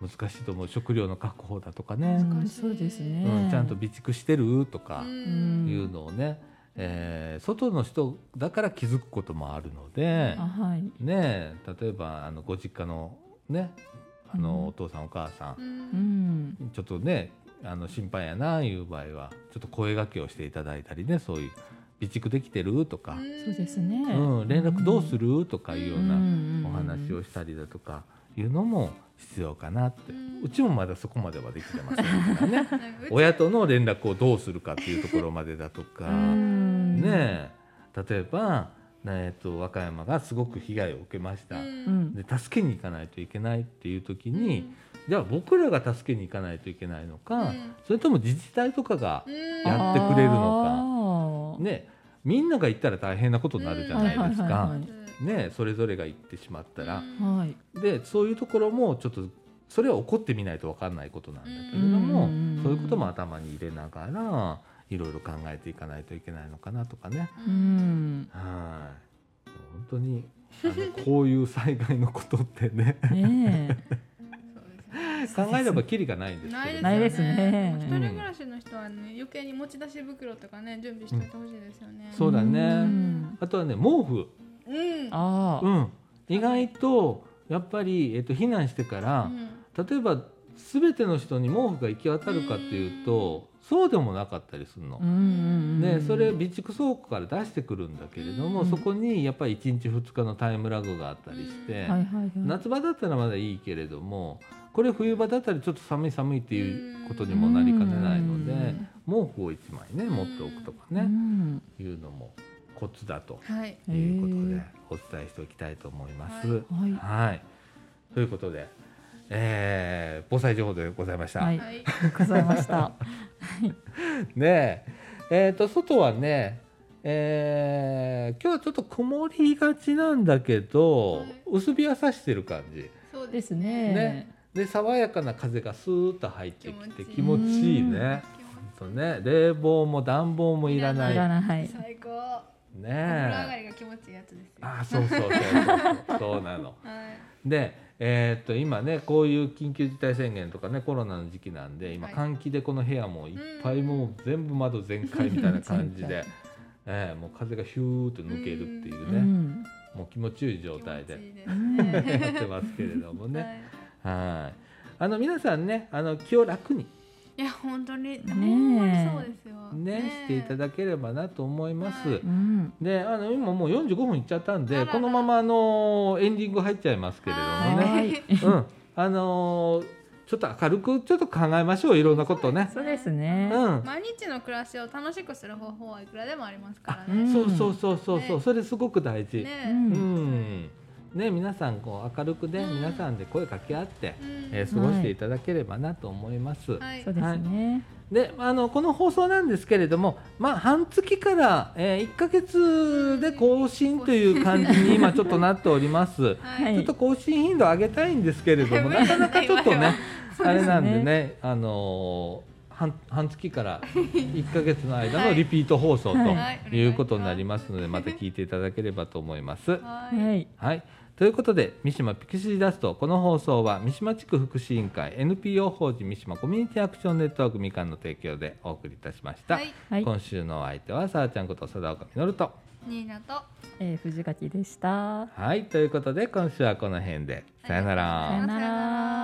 Speaker 1: 難しいと思う食料の確保だとか
Speaker 3: う
Speaker 1: ね、
Speaker 3: ん。そうです
Speaker 1: う
Speaker 3: ね。
Speaker 1: んちゃんと備蓄してるとか
Speaker 2: うん
Speaker 1: いうのをね、えー外の人だから気づくこともあるので
Speaker 3: あ、はい。
Speaker 1: ねえ、例えばあのご実家のねあ
Speaker 3: うん
Speaker 1: のお父さんお母さん
Speaker 2: う
Speaker 3: うんん。
Speaker 1: ちょっとねあの心配やないう場合はちょっと声掛けをしていただいたりねそういう備蓄できてるとか、
Speaker 3: そうですね。
Speaker 1: うん、連絡どうするとかいうような
Speaker 3: な
Speaker 1: お話をしたりだとかいうのも必要かなって
Speaker 2: うん
Speaker 1: うちもまだそこまではできてませんから ね
Speaker 2: なんかうち
Speaker 1: 親との連絡をどうするかっていうところまでだとか
Speaker 3: ね。
Speaker 1: ねえ例えば、ねえっと和歌山がすごく被害を受けました
Speaker 2: う。
Speaker 3: うんん。
Speaker 1: で助けに行かないといけないっていう時
Speaker 2: うん
Speaker 1: に、じゃあ僕らが助けに行かないといけないのか、
Speaker 2: うん
Speaker 1: それとも自治体とかが
Speaker 2: うん
Speaker 1: やってくれるの
Speaker 3: か。
Speaker 1: ねみんなが行ったら大変なことになるじゃないです
Speaker 3: うんはいはいは
Speaker 1: か
Speaker 3: いは。
Speaker 1: ねそれぞれが行ってしまったら、
Speaker 2: うん
Speaker 3: はい。
Speaker 1: でそういうところもちょっとそれは怒ってみないと分かんないことなんだけれど
Speaker 3: う
Speaker 1: も
Speaker 3: ん
Speaker 1: そういうことも頭に入れながらいろいろ考えていかないといけないのかなとかね。
Speaker 3: う
Speaker 2: うん
Speaker 3: ん。
Speaker 1: はい本当にあのこういう災害のことってね
Speaker 3: ねえ。
Speaker 2: そうですね
Speaker 1: 考えればキリがないんです
Speaker 2: な
Speaker 1: け
Speaker 2: いです
Speaker 1: ど
Speaker 2: よね
Speaker 3: ないですね
Speaker 2: 一人暮らしの人はね余計に持ち出し袋とかね準備しておいてほしいですよね、
Speaker 1: そうだね
Speaker 3: ん
Speaker 1: あとはね毛布、
Speaker 2: うん
Speaker 3: ああ、
Speaker 1: うん、意外とやっぱり、えっと、避難してから、例えば全ての人に毛布が行き渡るかっていうとそうでもなかったりするの
Speaker 3: う。んうんうん、
Speaker 1: でそれを備蓄倉庫から出してくるんだけれども
Speaker 3: うん
Speaker 1: そこにやっぱり1日2日のタイムラグがあったりして
Speaker 3: はいはいはい、
Speaker 1: 夏場だったらまだいいけれどもこれ冬場だったらちょっと寒い寒いっていうことにもなりかねないので毛布を1枚ね持っておくとか
Speaker 3: う
Speaker 1: ね
Speaker 3: ん
Speaker 1: いうのもコツだと
Speaker 2: はい
Speaker 1: いうことでお伝えしておきたいと思います。
Speaker 3: はい、
Speaker 1: はい、ということで、えー防災情報でございました。
Speaker 3: はい
Speaker 2: はい
Speaker 3: ござい ました。
Speaker 1: ねええーと外はね、えー今日はちょっと曇りがちなんだけど、
Speaker 2: はい
Speaker 1: 薄日は差してる感じ
Speaker 2: そう
Speaker 3: で
Speaker 2: です
Speaker 3: すね。
Speaker 1: ねで爽やかな風がスーッと入ってきて気
Speaker 2: 気
Speaker 1: 持
Speaker 3: 持
Speaker 1: ち
Speaker 3: ち
Speaker 1: い
Speaker 3: い
Speaker 1: い
Speaker 3: い
Speaker 1: ね。ほんとね冷房も暖房もいらない
Speaker 3: いらない。
Speaker 2: 最高お風呂上が
Speaker 1: ねえ
Speaker 2: りが気持ちいいやつですよは
Speaker 1: あーそうそうそうそうそうなの。
Speaker 2: い
Speaker 1: で、えーっと今ねこういう緊急事態宣言とかねコロナの時期なんで今
Speaker 2: はい
Speaker 1: 換気でこの部屋もいっぱいもう全部窓全開みたいな感じ
Speaker 3: 全
Speaker 1: で
Speaker 3: 開、
Speaker 1: えーもう風がヒューッと抜けるっていう
Speaker 3: う
Speaker 1: ね
Speaker 3: ん、
Speaker 1: もう気持ちいい状
Speaker 2: 気持
Speaker 1: 態
Speaker 2: ち
Speaker 1: で
Speaker 2: いいですね
Speaker 1: やってますけれども ね。
Speaker 2: は
Speaker 1: はいあの皆さんねあの気を楽に、
Speaker 2: い、いや本当に、
Speaker 3: え
Speaker 2: ほんまにそうですよ
Speaker 1: ねしていただければなと思います。
Speaker 2: はい
Speaker 3: うん、
Speaker 1: であの今もう45分いっちゃったんで
Speaker 2: あらら
Speaker 1: このままあのエンディング入っちゃいますけれどもね
Speaker 3: は。い
Speaker 1: うん、あのーちょっと明るくちょっと考えましょういろんなことね。
Speaker 3: そうですね。
Speaker 1: うん、
Speaker 2: 毎日の暮らしを楽しくする方法はいくらでもありますから
Speaker 3: あう
Speaker 2: ね。
Speaker 3: ん
Speaker 1: そうそうそうそうそう、
Speaker 2: ね
Speaker 1: それすごく大事。
Speaker 2: ね、
Speaker 3: う
Speaker 1: うんん、ね皆さんこう明るくね
Speaker 2: うん
Speaker 1: 皆さんで声かけ合って、
Speaker 2: うん
Speaker 1: えー過ごしていただければなと思います。
Speaker 2: はい
Speaker 3: そうですね。
Speaker 1: で、あのこの放送なんですけれども、まあ半月から、えー、1ヶ月で更新という感じに今ちょっとなっております。
Speaker 2: はい
Speaker 3: はい
Speaker 1: ちょっと更新頻度上げたいんですけれども、なかなかちょっと
Speaker 2: 今
Speaker 1: ね
Speaker 2: は、
Speaker 1: あれなんで
Speaker 3: そうです
Speaker 1: ね、あのー半半月から1ヶ月の間のリピート放送
Speaker 3: はい
Speaker 2: はい
Speaker 1: ということになりますので、また聞いていただければと思います。
Speaker 2: は。
Speaker 3: はいい、
Speaker 1: はい。ということで、三島ピクシーダスト、この放送は三島地区福祉委員会 NPO 法人三島コミュニティアクションネットワークみかんの提供でお送りいたしました。
Speaker 2: はい。
Speaker 3: はい、
Speaker 1: 今週のお相手は、さあちゃんこと佐田岡みのると。
Speaker 2: ニーナと。
Speaker 3: えー、藤垣でした。
Speaker 1: はい。ということで、今週はこの辺で。さよなら。
Speaker 3: さよなら。